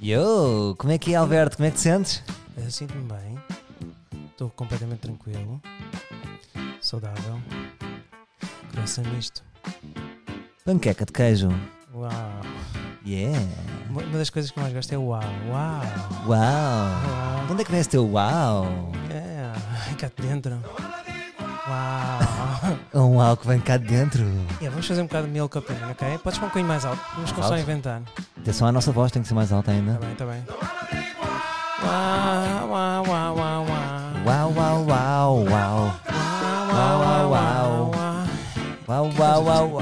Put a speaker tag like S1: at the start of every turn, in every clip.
S1: Yo, como é que é, Alberto? Como é que te sentes?
S2: Eu sinto-me bem. Estou completamente tranquilo. Saudável. Coração misto.
S1: Panqueca de queijo.
S2: Uau.
S1: Yeah.
S2: Uma uma das coisas que eu mais gosto é uau. Uau.
S1: Uau.
S2: Uau.
S1: De onde é que vem esse teu uau?
S2: É. ai, Cá dentro. Uau.
S1: É um uau que vem cá de dentro.
S2: É, vamos fazer um bocado de milk opinion, ok? Podes pôr um bocadinho mais alto. Vamos começar a
S1: Alto?
S2: inventar.
S1: Atenção à nossa voz, tem que ser mais alta
S2: Tá
S1: ainda.
S2: bem, tá bem. Uau, uau, uau, uau, uau.
S1: Uau, uau, uau, uau.
S2: Uau, uau, uau, uau.
S1: Uau, uau, uau, uau.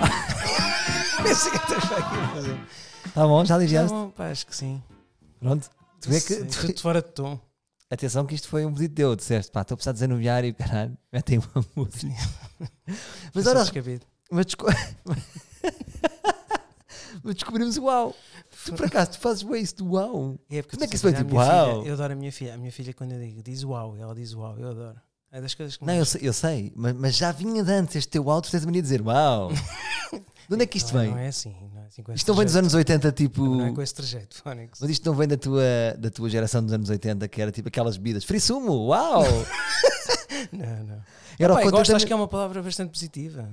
S2: Nem sei o que estás aqui a fazer.
S1: Tá bom, já
S2: Tá
S1: ligaste?
S2: bom, pá, acho que sim.
S1: Pronto. Tu é que-
S2: Sim,
S1: tu-
S2: Tudo fora de tom.
S1: Atenção que isto foi um pedido teu, disseste, pá, estou a precisar desanuviar e caralho, metem uma música. Mas
S2: Sou
S1: olha,
S2: descabido.
S1: mas, desco... mas descobrimos o uau. Tu por acaso, tu fazes bem isso do uau?
S2: É porque
S1: Como é que
S2: eu
S1: isso foi
S2: adoro a
S1: tipo,
S2: minha filha.
S1: uau?
S2: Eu adoro a minha filha. A minha filha, quando eu digo, diz uau, ela diz uau, eu adoro. É das coisas que
S1: Não, eu sei, eu sei, mas, mas já vinha de antes este teu alto, tens a mania de dizer uau. De onde é que isto
S2: não, é-
S1: vem?
S2: Não é assim. Não é assim com esse
S1: Isto não vem dos
S2: trajeto.
S1: anos 80, tipo.
S2: Não é com esse trajeto, Fónix.
S1: Mas isto não vem da tua, da tua geração dos anos 80, que era tipo aquelas bebidas. Frissumo, uau!
S2: Não, não.
S1: Era
S2: Pá, eu
S1: o
S2: gosto,
S1: contexto.
S2: acho que é uma palavra bastante positiva.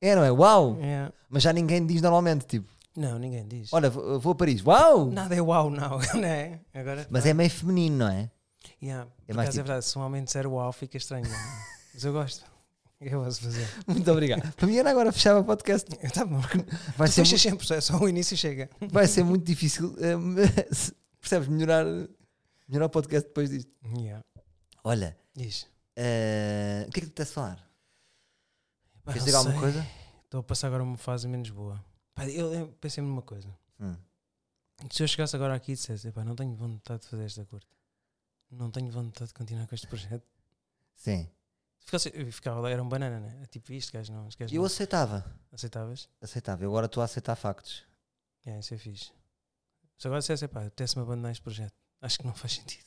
S1: É, não é? Uau!
S2: É.
S1: Mas já ninguém diz normalmente, tipo,
S2: Não, ninguém diz.
S1: olha, vou vou a Paris, uau!
S2: Nada é uau, não, não é? Agora,
S1: Mas é meio feminino, não é?
S2: yeah, por
S1: mais
S2: acaso
S1: tipo-
S2: é verdade, se um homem disser uau, fica estranho. não é? Mas eu gosto. Eu posso fazer.
S1: Muito obrigado. Para mim era agora fechava o podcast.
S2: Tá bom.
S1: Vai
S2: Tu
S1: ser,
S2: fechas sempre, é só o início e chega.
S1: mu- vai ser muito difícil, hum, se- percebes? Melhorar, melhorar o podcast depois disto.
S2: Yeah.
S1: Olha,
S2: Diz.
S1: eh, o que é que tu estás a falar?
S2: Pá,
S1: Queres
S2: não
S1: dizer alguma
S2: sei.
S1: coisa?
S2: Estou a passar agora uma fase menos boa. Pá, eu eu pensei numa coisa.
S1: Hum.
S2: Se eu chegasse agora aqui e dissesse, "Epá, não tenho vontade de fazer esta curta. Não tenho vontade de continuar com este projeto.
S1: Sim.
S2: Ficasse, eu ficava lá, era um banana, né? É Tipo, isto, gajo não, este gajo
S1: Eu
S2: não.
S1: aceitava.
S2: Aceitavas?
S1: Aceitava. Eu agora estou a aceitar factos.
S2: É, isso é fixe. Se agora dissesse, pá, apetece-me abandonar este projeto. Acho que não faz sentido.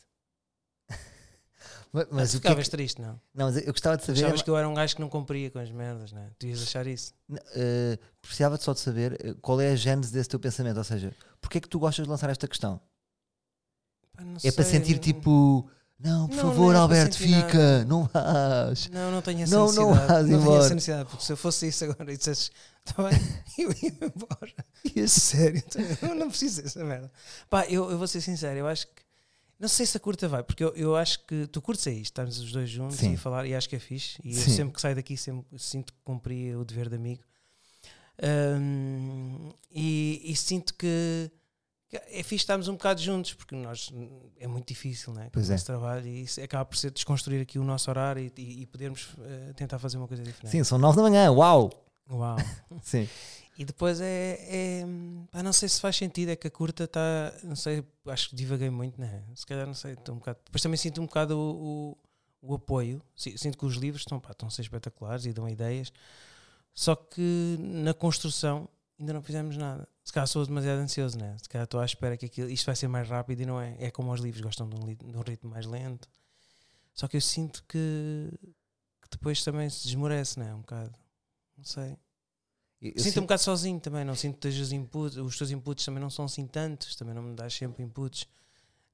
S1: Mas,
S2: Mas
S1: mas o que é
S2: ficavas
S1: que-
S2: triste, não?
S1: Não, mas eu gostava de saber.
S2: Achavas que eu era um gajo que não cumpria com as merdas, né? Tu ias achar isso.
S1: N- eh, precisava só de saber eh, qual é a gênese desse teu pensamento. Ou seja, porque é que tu gostas de lançar esta questão?
S2: Pá, não
S1: é para
S2: sei,
S1: sentir
S2: não-
S1: tipo. Não, por
S2: Não, não
S1: favor,
S2: é para
S1: Alberto,
S2: sentir nada.
S1: fica, não vás.
S2: Não, não tenho essa
S1: Não, não vás
S2: necessidade. Não, tenho
S1: embora.
S2: essa necessidade, porque se eu fosse isso agora e dissesses, está bem, eu ia embora. Ia sério, então, eu não preciso dessa merda. Pá, eu, eu vou ser sincero, eu acho que. Não sei se a curta vai, porque eu, eu acho que. Tu curtes é isto, estamos os dois juntos
S1: Sim.
S2: e falar, e acho que é fixe. E
S1: Sim.
S2: eu sempre que saio daqui sempre sinto que cumpri o dever de amigo. Ahm, e, e sinto que. que É fixe estarmos um bocado juntos, porque nós é muito difícil, né? com
S1: Pois
S2: o
S1: é.
S2: nosso trabalho e isso acaba por ser desconstruir aqui o nosso horário e, e- e podermos eh, tentar fazer uma coisa diferente.
S1: Sim, são nove da manhã, uau!
S2: Uau!
S1: Sim.
S2: e depois é. é pá, não sei se faz sentido, é que a curta está. Não sei, acho que divaguei muito, né? Se calhar não sei, estou um bocado. Depois também sinto um bocado o, o, o apoio. Si- Sinto que os livros estão, pá, estão a ser espetaculares e dão ideias, só que na construção ainda não fizemos nada. Se calhar sou demasiado ansioso, né? Se calhar estou à espera que aquilo, isto vai ser mais rápido e não é. É como os livros, gostam de um, li- de um ritmo mais lento. Só que eu sinto que, que depois também se desmorece, né? Um bocado. Não sei.
S1: Eu- eu
S2: Sinto-me um
S1: sinto-
S2: bocado sozinho também, não sinto que tens os inputs, os teus inputs também não são assim tantos, também não me dás sempre inputs.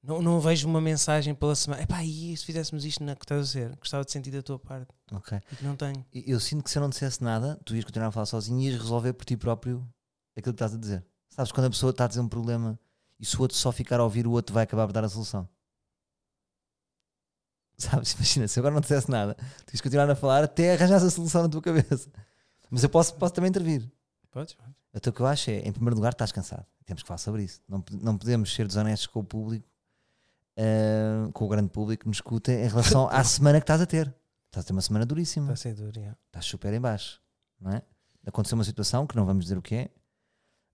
S2: Não, não vejo uma mensagem pela semana. Epá, e se fizéssemos isto na que estás a dizer? Gostava de sentir da tua parte.
S1: Ok.
S2: E que não tenho.
S1: Eu- eu sinto que se eu não dissesse nada, tu ias continuar a falar sozinho e ias resolver por ti próprio aquilo que estás a dizer. Sabes, quando a pessoa está a dizer um problema e se o outro só ficar a ouvir, o outro vai acabar por dar a solução. Sabes, imagina, se eu agora não dissesse nada, tu ias continuar a falar até arranjar a solução na tua cabeça. Mas eu posso, posso também intervir.
S2: Podes? podes.
S1: Então, o que eu acho é, em primeiro lugar, estás cansado. Temos que falar sobre isso. Não, pod- não podemos ser desonestos com o público, ah, com o grande público que nos escuta em relação à semana que estás a ter. Estás a ter uma semana duríssima
S2: Está a ser duro, já.
S1: estás super em baixo, não é? Aconteceu uma situação que não vamos dizer o que é,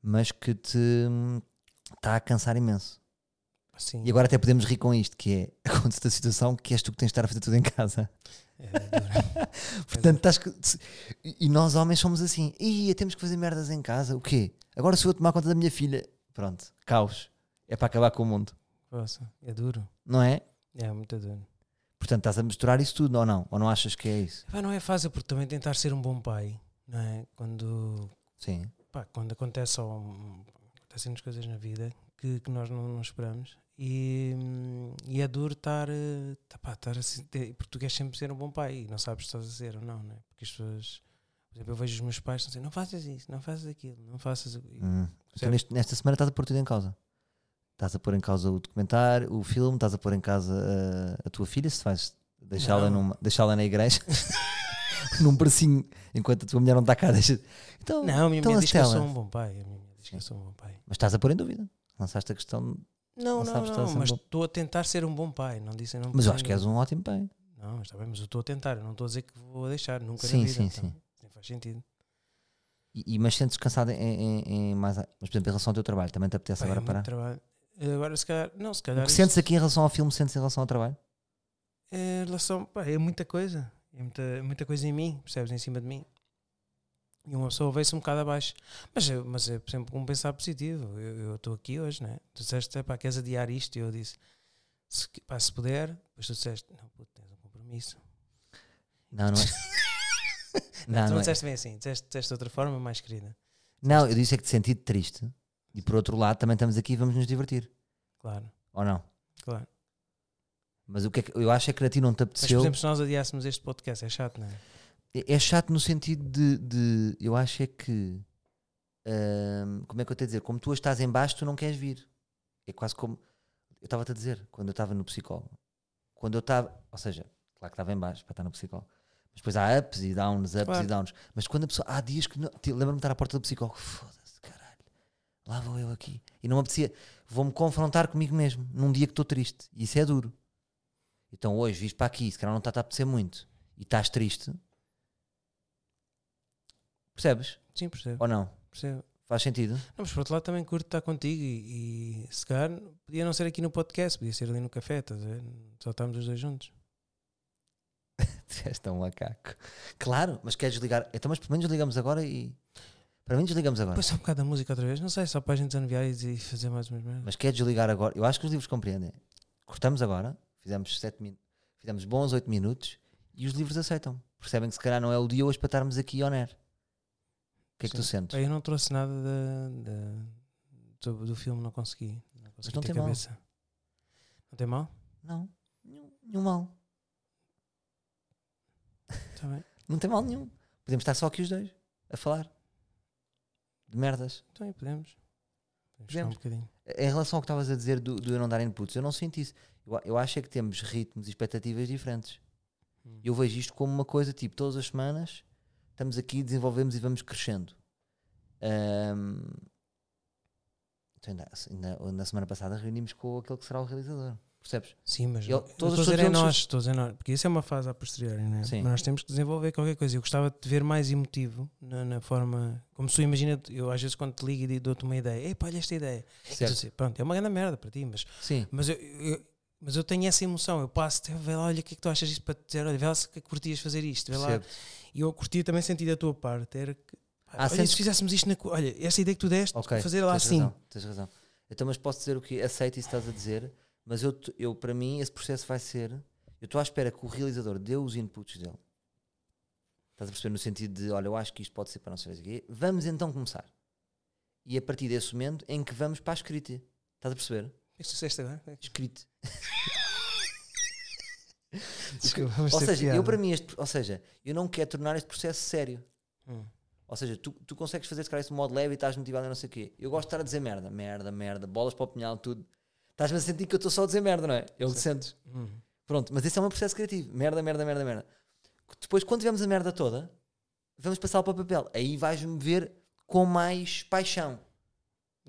S1: mas que te hum, está a cansar imenso.
S2: Assim,
S1: E agora até podemos rir com isto, que é aconteceu a situação que és tu que tens de estar a fazer tudo em casa.
S2: é duro.
S1: Portanto, estás que- se- e e nós homens somos assim, ia temos que fazer merdas em casa, o quê? Agora sou eu a tomar conta da minha filha. Pronto, caos. É para acabar com o mundo,
S2: Posso. É duro.
S1: não é?
S2: É muito duro.
S1: Portanto, estás a misturar isso tudo, ou não? Ou não achas que é isso?
S2: Epá, não é fácil, porque também tentar ser um bom pai, não é? Quando,
S1: Sim.
S2: pá, quando acontece só um- acontecem-nos coisas na vida que que, que nós não, não esperamos. E, hum, e é duro estar, eh, tá pá, estar assim, ter- porque tu queres sempre ser um bom pai e não sabes se estás a ser ou não, né? porque as pessoas, por exemplo, eu vejo os meus pais e dizem: não faças isso, não faças aquilo, não faças aquilo.
S1: Hum. Então,
S2: Percebes?
S1: neste- nesta semana estás a pôr tudo em causa. Estás a pôr em causa o documentário, o filme, estás a pôr em causa uh, a, tua filha, se vais deixá-la
S2: Não.
S1: numa- deixá-la na igreja, num bracinho, enquanto a tua mulher não está cá. Deixa... Então,
S2: Não, a minha
S1: então as
S2: mulher diz que eu sou
S1: telas.
S2: um bom pai. A minha mulher diz que eu sou um bom pai.
S1: Mas estás a pôr em dúvida. Lançaste a questão, Não
S2: Não, não,
S1: sabes se estás
S2: não,
S1: a ser um
S2: mas
S1: bom-
S2: estou a tentar ser um bom pai. Não disse não
S1: mas eu
S2: sou
S1: acho que és um ótimo pai.
S2: Não, está bem, mas eu estou a tentar. eu Não estou a dizer que vou deixar, nunca
S1: Sim,
S2: na vida.
S1: sim,
S2: então,
S1: sim.
S2: Nem faz sentido.
S1: E, e- mas sentes cansado em, em- em mais. a- Mas, por exemplo, em relação ao teu trabalho, também te apetece
S2: Pá, é
S1: agora
S2: muito
S1: parar.
S2: trabalho. Eh, Agora, se calhar, não, se calhar.
S1: O que
S2: isto
S1: sentes aqui em relação ao filme, sentes em relação ao trabalho?
S2: é em relação. pá, é muita coisa. É muita, muita coisa em mim, percebes? Em cima de mim. E uma pessoa veio-se um bocado abaixo. Mas, eu- mas é sempre como pensar positivo. Eu eu estou aqui hoje, né? Tu disseste, pá, queres adiar isto? E eu disse, se, qui- pá, se puder. Depois tu disseste, não, puto, tens um compromisso.
S1: Não, não é.
S2: Não,
S1: não,
S2: tu não
S1: não, é.
S2: disseste bem assim, disseste, disseste de outra forma mais querida.
S1: não, eu disse é que te senti triste. E por outro lado, também estamos aqui e vamos nos divertir.
S2: Claro,
S1: Ou não?
S2: claro.
S1: Mas o que é que eu acho é que a ti não te
S2: Mas, por
S1: apeteceu.
S2: exemplo, se nós adiássemos este podcast, é chato, não é?
S1: É- é chato no sentido de, de- eu acho é que ahm, como é que eu te dizer? Como tu estás em baixo, tu não queres vir. É quase como eu estava-te a dizer quando eu estava no psicólogo. Quando eu estava, ou seja, claro que estava em baixo para estar no psicólogo. Mas depois há ups e downs, ups
S2: Claro.
S1: e downs. Mas quando a pessoa. Há dias que. não- te- Lembro-me de estar à porta do psicólogo. Foda-se, caralho. Lá vou eu aqui. E não me apetecia. Vou-me confrontar comigo mesmo num dia que estou triste. E isso é duro. Então hoje viste para aqui, se calhar não está a apetecer muito. E estás triste. Percebes?
S2: Sim, percebo,
S1: Ou não?
S2: percebo.
S1: Faz sentido?
S2: Não, mas por outro lado também curto estar contigo e, e se calhar podia não ser aqui no podcast, podia ser ali no café, estás a ver? Só estamos os dois juntos.
S1: Tu és tão macaco. Claro, mas queres desligar. Então, mas pelo menos ligamos agora e. Para mim, desligamos agora.
S2: Depois só um bocado da música outra vez, não sei, só para a gente desanuviar e dizer- e fazer mais umas merdas.
S1: Mas quer desligar agora? Eu acho que os livros compreendem. Cortamos agora, fizemos, sete min... fizemos bons 8 minutos e os livros aceitam. Percebem que se calhar não é o dia hoje para estarmos aqui on air. O que é que tu
S2: Sim.
S1: sentes?
S2: Pá, Eu não trouxe nada da- da- do, do filme, não consegui. Não consegui
S1: não
S2: ter
S1: tem mal.
S2: cabeça. Não tem mal?
S1: Não, nenhum, nenhum mal.
S2: Está Tá bem.
S1: Não tem mal nenhum. Podemos estar só aqui os dois a falar de merdas.
S2: Então aí podemos. Podemos chorar um
S1: Podemos.
S2: bocadinho.
S1: Em relação ao que estavas a dizer do, do eu não dar inputs, eu não sinto isso. Eu, a- eu acho é que temos ritmos e expectativas diferentes.
S2: Hum.
S1: Eu vejo isto como uma coisa tipo, todas as semanas estamos aqui, desenvolvemos e vamos crescendo. Ahm, então ainda, ainda- na semana passada reunimos com aquele que será o realizador. Percebes?
S2: Sim, mas
S1: Eu-
S2: eu,
S1: todas
S2: estou a
S1: as
S2: dizer é
S1: pessoas-
S2: nós, estou a dizer nós, porque isso é uma fase a posteriori, não é?
S1: Sim.
S2: Mas nós temos que desenvolver qualquer coisa. Eu gostava de te ver mais emotivo na, na forma. Como se tu imagina, eu às vezes quando te ligo e digo- dou-te uma ideia, ei, pá, olha esta ideia. E tu
S1: Certo.
S2: dizes, pronto, é uma grande merda para ti, mas,
S1: Sim.
S2: mas, eu, eu- mas eu tenho essa emoção. Eu passo, te vê lá, olha, o que é que tu achas disto para te dizer, olha, vê lá se curtias fazer isto, vê lá.
S1: percebo.
S2: E eu curtia também sentir da tua parte, era que.
S1: Ah,
S2: olha,
S1: sentes
S2: se
S1: que-
S2: fizéssemos isto na. co- Olha, esta ideia que tu deste,
S1: Ok,
S2: fazer lá
S1: tens
S2: assim.
S1: Razão, tens razão. Então, mas posso dizer o que aceito isso que estás a dizer, mas eu, t- eu para mim esse processo vai ser. Eu estou à espera que o realizador dê os inputs dele. Estás a perceber no sentido de, olha, eu acho que isto pode ser para não ser isso aqui. Vamos então começar. E a partir desse momento em que vamos para a escrita. Estás a perceber?
S2: O que é que tu disseste agora?
S1: Escrita.
S2: Desculpa, mas
S1: Ou
S2: teve
S1: seja, eu
S2: piada.
S1: para mim, este, ou seja, eu não quero tornar este processo sério.
S2: Hum.
S1: Ou seja, tu, tu consegues fazer se calhar isso de modo leve e estás motivado e não sei o quê. Eu gosto de estar a dizer merda, merda, merda, bolas para o pinhal, tudo. Estás-me a sentir que eu estou só a dizer merda, não é? Eu te sentes.
S2: Hum.
S1: Pronto, mas esse é um processo criativo. Merda, merda, merda, merda. Depois, quando tivermos a merda toda, vamos passá-la para o papel. Aí vais-me ver com mais paixão.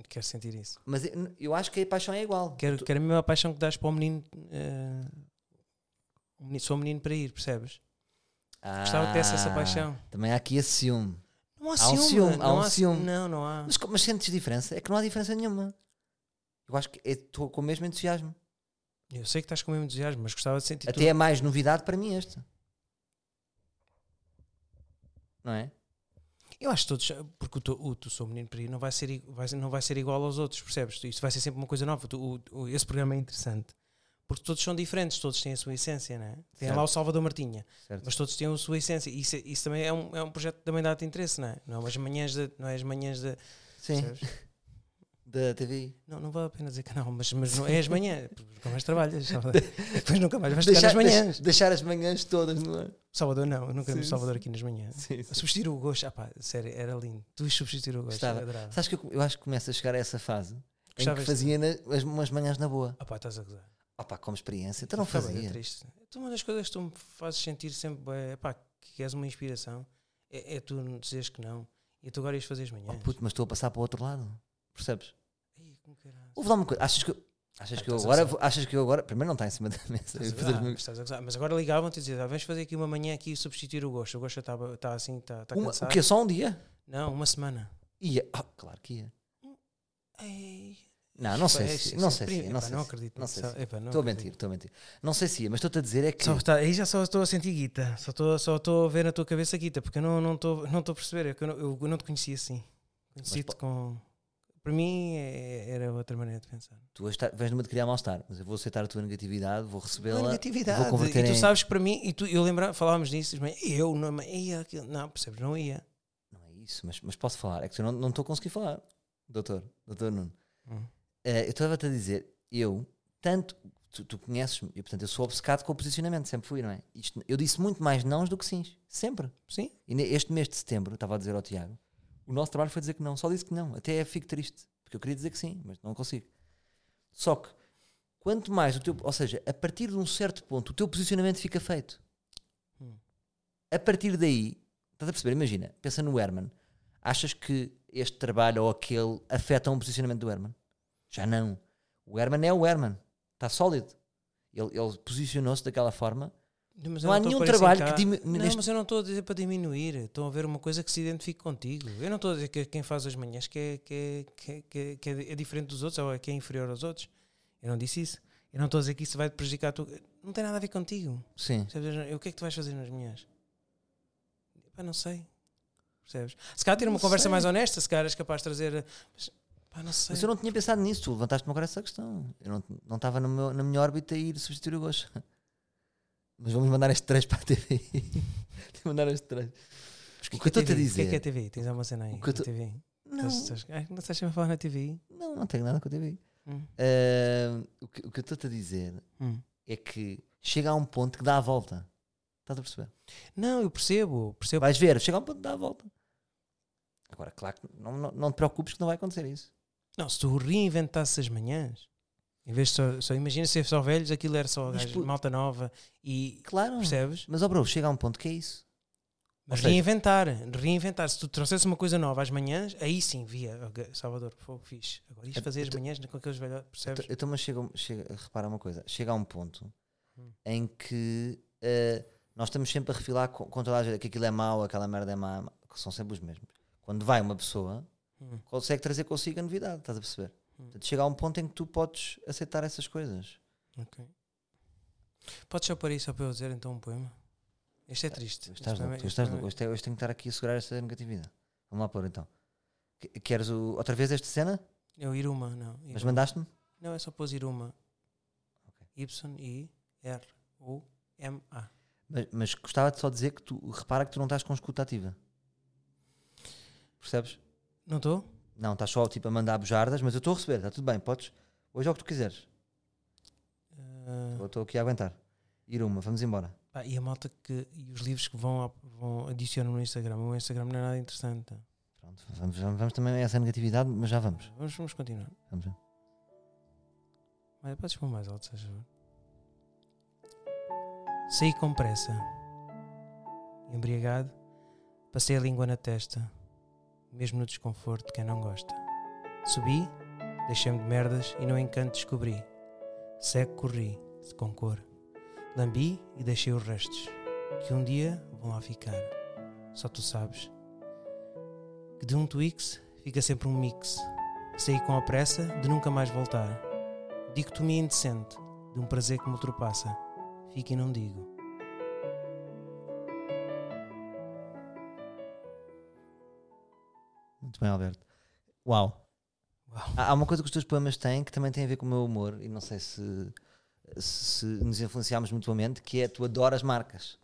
S2: Quero sentir isso.
S1: Mas eu, eu acho que a paixão é igual.
S2: Quero,
S1: Tu-
S2: quero a mesma paixão que dás para o menino. eh, o menino- sou um menino para ir, percebes? Gostava que desse essa
S1: Ah,
S2: paixão.
S1: Também há aqui esse ciúme.
S2: Não há,
S1: Há um ciúme, há
S2: não
S1: um
S2: ci-
S1: ciúme.
S2: Não, não há.
S1: Mas, co- mas sentes diferença? É que não há diferença nenhuma. Eu acho que é- estou com o mesmo entusiasmo.
S2: Eu sei que estás com o mesmo entusiasmo, mas gostava de sentir
S1: Até é mais novidade para mim este. Não é?
S2: tudo. Eu acho que todos. Porque o tu, o tu sou um menino para ir não vai, ser, i- vai ser- não vai ser igual aos outros, percebes? Isto vai ser sempre uma coisa nova. Tu- o- o- esse programa é interessante. Porque todos são diferentes, todos têm a sua essência, não é? Tem
S1: Certo.
S2: lá o Salvador Martinha.
S1: Certo.
S2: mas todos têm a sua essência. E Isso, isso também é um, é um projeto que também dá-te interesse, não é? Não é as manhãs da. Não é as manhãs da.
S1: Sim.
S2: percebes?
S1: da TVI.
S2: Não, não vale a pena dizer que não, mas, mas não é as manhãs, porque nunca mais trabalhas. Salvador. Depois nunca mais vais tocar
S1: Deixar,
S2: nas manhãs.
S1: deix- deixar as manhãs todas, não é?
S2: Salvador não, eu nunca
S1: Sim,
S2: vi Salvador aqui nas manhãs.
S1: Sim, sim.
S2: Substituir o gosto, ah pá, sério, era lindo. Tu substituir o gosto,
S1: Gostava.
S2: adorava.
S1: Sabes que eu, eu acho que começo a chegar a essa fase em
S2: Gostavas
S1: que
S2: de-
S1: fazia na- as, umas manhãs na boa.
S2: Ah pá, estás a gozar.
S1: Ah pá, como experiência, então não
S2: Acaba, é
S1: fazia.
S2: triste. Tu, uma das coisas que tu me fazes sentir sempre é pá, que és uma inspiração, é, é tu não dizeres que não. E tu agora ias fazer as
S1: Oh,
S2: manhãs.
S1: puto, mas estou a passar para o outro lado. Percebes?
S2: Ih, como caralho.
S1: Ouve lá uma coisa. Achas que eu, achas
S2: Ah,
S1: que eu
S2: estás a
S1: agora.
S2: gozar.
S1: vou- Achas que eu agora. Primeiro não está em cima da mesa.
S2: Estás a
S1: Eu vou fazer
S2: gozar,
S1: os meus-
S2: estás a gozar. Mas agora ligavam-te e diziam, "Ah, vamos fazer aqui uma manhã aqui e substituir o gosto. O gosto está está assim, está está
S1: Uma- o
S2: cansado.
S1: que é só um dia?
S2: Não, uma semana.
S1: Ia. Ah, claro que ia.
S2: Ei,
S1: Não, não sei
S2: pá,
S1: se.
S2: isso-
S1: Não
S2: isso
S1: sei
S2: é
S1: se.
S2: incrível.
S1: Não
S2: Epá,
S1: sei
S2: não
S1: se-
S2: acredito.
S1: Não sei
S2: Só-
S1: se.
S2: epá, não
S1: Estou a
S2: acredito.
S1: mentir, estou a mentir. Não sei se ia, mas estou-te a dizer é que.
S2: Só tá- aí já só estou a sentir guita. Só estou só estou a ver na tua cabeça guita, porque eu não não estou não estou a perceber. é que Eu não, eu não te conhecia assim. Conheci-te
S1: po-
S2: com. Para mim é- era outra maneira de pensar.
S1: Tu hoje tá- vens numa de criar mal-estar, mas eu vou aceitar a tua negatividade,
S2: é
S1: vou recebê-la.
S2: Uma
S1: e Vou
S2: negatividade.
S1: converter
S2: E tu
S1: em-
S2: sabes que para mim, e tu, eu lembrava, falávamos nisso, mas eu não mas ia aquilo. Não, percebes? Não ia.
S1: Não é isso, mas, mas posso falar. É que eu não- não estou a conseguir falar, doutor, doutor Nuno.
S2: Hum.
S1: Eh, eu estava-te a dizer, eu, tanto. Tu, tu conheces-me, e portanto eu sou obcecado com o posicionamento, sempre fui, não é? Isto- eu disse muito mais nãos do que sims, sempre.
S2: Sim?
S1: E ne- este mês de setembro, eu estava a dizer ao Tiago, o nosso trabalho foi dizer que não, só disse que não. Até é, fico triste, porque eu queria dizer que sim, mas não consigo. Só que, quanto mais o teu. Ou seja, a partir de um certo ponto, o teu posicionamento fica feito.
S2: Hum.
S1: A partir daí, estás a perceber? Imagina, pensa no Herman. Achas que este trabalho ou aquele afeta um posicionamento do Herman? Já não. O Herman é o Herman. Está sólido. Ele, ele posicionou-se daquela forma.
S2: Mas eu
S1: Não há
S2: estou a
S1: nenhum
S2: pôr isso em
S1: trabalho que
S2: ca-
S1: dimi-
S2: Não,
S1: neste-
S2: mas eu não estou a dizer para diminuir. Estou a ver uma coisa que se identifique contigo. Eu não estou a dizer que é quem faz as manhãs que é, que é- que é, que é, que é- é diferente dos outros ou é que é inferior aos outros. Eu não disse isso. Eu não estou a dizer que isso vai te prejudicar. a tua- Não tem nada a ver contigo.
S1: Sim.
S2: Percebes? Eu- O que é que tu vais fazer nas minhas? Pá, não sei. Percebes? Se calhar ter uma
S1: Não
S2: conversa
S1: sei.
S2: mais honesta, se calhar és capaz de trazer. Mas, pá, não sei.
S1: Mas eu não tinha pensado nisso, tu levantaste-me agora essa questão. Eu não, não estava no meu- na minha órbita a ir substituir o gosto. Mas vamos mandar este três para a TV. mandar este três.
S2: Mas
S1: o que eu estou-te a
S2: TV? O que é que
S1: dizer.
S2: é TV? Tens alguma cena aí?
S1: O que eu
S2: na
S1: tô-
S2: TV?
S1: Não,
S2: Estás- estás- Ai, Não estás sempre a falar na TV?
S1: não, não tenho nada com a TV.
S2: Hum.
S1: Ah, o, que, o que eu estou-te a dizer
S2: Hum.
S1: é que chega a um ponto que dá a volta. Estás a perceber?
S2: Não, eu percebo, percebo.
S1: Vais ver, chega a um ponto que dá a volta. Agora, claro que não, não, não te preocupes que não vai acontecer isso.
S2: Não, se tu reinventasses as manhãs, em vez de só, só imagina ser só velhos, aquilo era só
S1: Mas,
S2: gajo,
S1: puto-
S2: malta nova e
S1: Claro.
S2: percebes?
S1: Mas, ó, bro, chega a um ponto que é isso.
S2: Mas
S1: seja-
S2: reinventar, reinventar. Se tu trouxesse uma coisa nova às manhãs, aí sim via ok, Salvador, pô, fixe. Agora ias
S1: Eu-
S2: fazer
S1: É, eu
S2: as
S1: tô-
S2: manhãs com aqueles velhos, percebes?
S1: Então, então, mas chega, chega, repara uma coisa, chega a um ponto
S2: Hum.
S1: em que eh, nós estamos sempre a refilar co- com toda a gente que aquilo é mau, aquela merda é má, que são sempre os mesmos. Quando vai uma pessoa,
S2: Hum.
S1: consegue trazer consigo a novidade, estás a perceber?
S2: Hum.
S1: Portanto, chega a um ponto em que tu podes aceitar essas coisas.
S2: Ok. Podes só pôr aí só para eu dizer então um poema? Este é triste.
S1: Tu estás
S2: Este
S1: louco,
S2: poema-
S1: tu
S2: este
S1: estás
S2: poema-
S1: louco. Hoje, te- hoje tenho que estar aqui a segurar esta negatividade. Vamos lá pôr então. Que- Queres o- outra vez esta cena?
S2: É o Iruma, não.
S1: Mas
S2: Iruma.
S1: mandaste-me?
S2: Não, é só pôs Iruma.
S1: Ok.
S2: Y-I-R-U-M-A.
S1: Mas, mas gostava de só dizer que tu repara que tu não estás com escuta ativa. Percebes?
S2: Não estou?
S1: Não, estás só tipo a mandar bujardas, mas eu estou a receber, está tudo bem, podes. Hoje é o que tu quiseres.
S2: Ah,
S1: Eu estou aqui a aguentar. Ir uma, vamos embora.
S2: pá, e a malta que. E os livros que vão, ao- vão adicionam no Instagram. O meu Instagram não é nada interessante. tá?
S1: Pronto, vamos, vamos, vamos também a essa negatividade, mas já vamos.
S2: Vamos, vamos continuar.
S1: vamos.
S2: Mas podes pôr mais alto, se faz favor. Saí com pressa. Embriagado, passei a língua na testa, mesmo no desconforto de quem não gosta. Subi, deixei-me de merdas e no encanto descobri. Seco corri, se com cor. Lambi e deixei os restos, que um dia vão lá ficar. Só tu sabes que de um Twix fica sempre um mix. Saí com a pressa de nunca mais voltar. Dicotomia indecente de um prazer que me ultrapassa. Fique e não digo.
S1: Muito bem, Alberto. Uau.
S2: Uau.
S1: Há, há uma coisa que os teus poemas têm que também tem a ver com o meu humor, e não sei se, se nos influenciámos mutuamente, que é tu adoras marcas.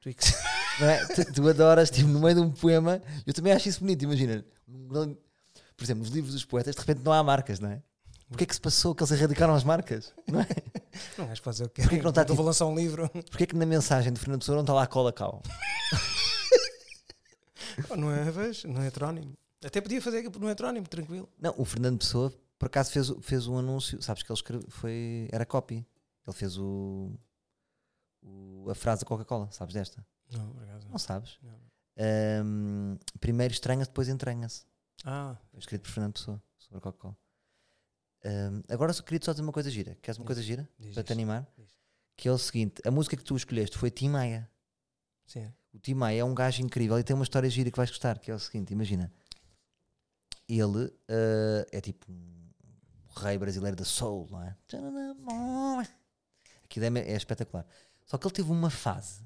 S2: Twix.
S1: Não é? tu, tu adoras, tipo, no meio de um poema, eu também acho isso bonito, imagina. Um grande- por exemplo, os livros dos poetas, de repente não há marcas, não é? Porquê é que se passou que eles erradicaram as marcas? Não é?
S2: Não vais fazer o que
S1: Porquê que não tá
S2: Vou
S1: tipo-
S2: lançar um livro.
S1: Porquê é que na mensagem de Fernando Pessoa não está lá cola cal?
S2: Não é, vês? Não é heterónimo. Até podia fazer no heterónimo, tranquilo.
S1: Não, o Fernando Pessoa, por acaso, fez, o- fez um anúncio. Sabes que ele escreveu, foi, era copy. Ele fez o, o- a frase da Coca-Cola, sabes desta?
S2: Não, por acaso não.
S1: Não sabes?
S2: Não.
S1: Ahm, primeiro estranha-se, depois entranha-se.
S2: Ah,
S1: Foi escrito por Fernando Pessoa, sobre a Coca-Cola. Ahm, agora só queria só dizer uma coisa gira. Queres uma
S2: Diz,
S1: coisa gira?
S2: diz
S1: para te
S2: isto.
S1: animar?
S2: diz.
S1: Que é o seguinte: a música que tu escolheste foi Tim Maia.
S2: Sim.
S1: O Tim Maia é um gajo incrível e tem uma história gira que vais gostar, que é o seguinte, imagina. Ele ah, é tipo um rei brasileiro da soul, não é? Aquilo é, é espetacular. Só que ele teve uma fase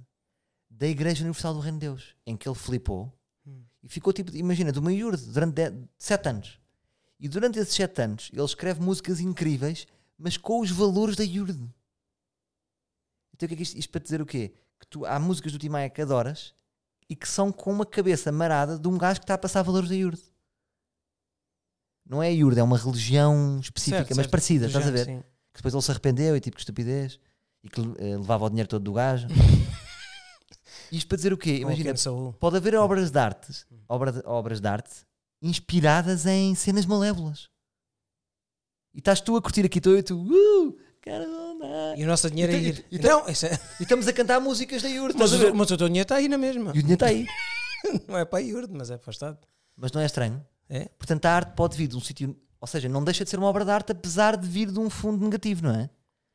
S1: da Igreja Universal do Reino de Deus, em que ele flipou
S2: Hum.
S1: e ficou tipo, imagina, de uma iurde durante de- sete anos. E durante esses sete anos ele escreve músicas incríveis, mas com os valores da iurde. Então o que é que isto, isto para dizer o quê? Que tu, há músicas do Tim Maia que adoras e que são com uma cabeça marada de um gajo que está a passar valores da iurde. Não é a iurde, é uma religião específica,
S2: Certo,
S1: mas
S2: certo.
S1: parecida,
S2: Do
S1: estás a ver?
S2: género, sim.
S1: que depois ele se arrependeu e tipo que estupidez e que eh, levava o dinheiro todo do gajo. Isto para dizer o quê?
S2: Com o
S1: Imagina,
S2: Ken Saul.
S1: pode haver obras de artes, obra de- obras de arte inspiradas em cenas malévolas. E estás tu a curtir aqui, estou eu e tu, uh, caramba.
S2: E o nosso dinheiro é
S1: Então, E-
S2: ir.
S1: e-
S2: Não, isso é-
S1: E estamos a cantar músicas da Iurde.
S2: mas,
S1: estás a ver?
S2: o, mas o teu dinheiro está aí na mesma.
S1: E o dinheiro está aí.
S2: Não é para a Iurde, mas é para o Estado.
S1: Mas não é estranho.
S2: É?
S1: Portanto, a arte pode vir de um sítio. Ou seja, não deixa de ser uma obra de arte, apesar de vir de um fundo negativo, não é?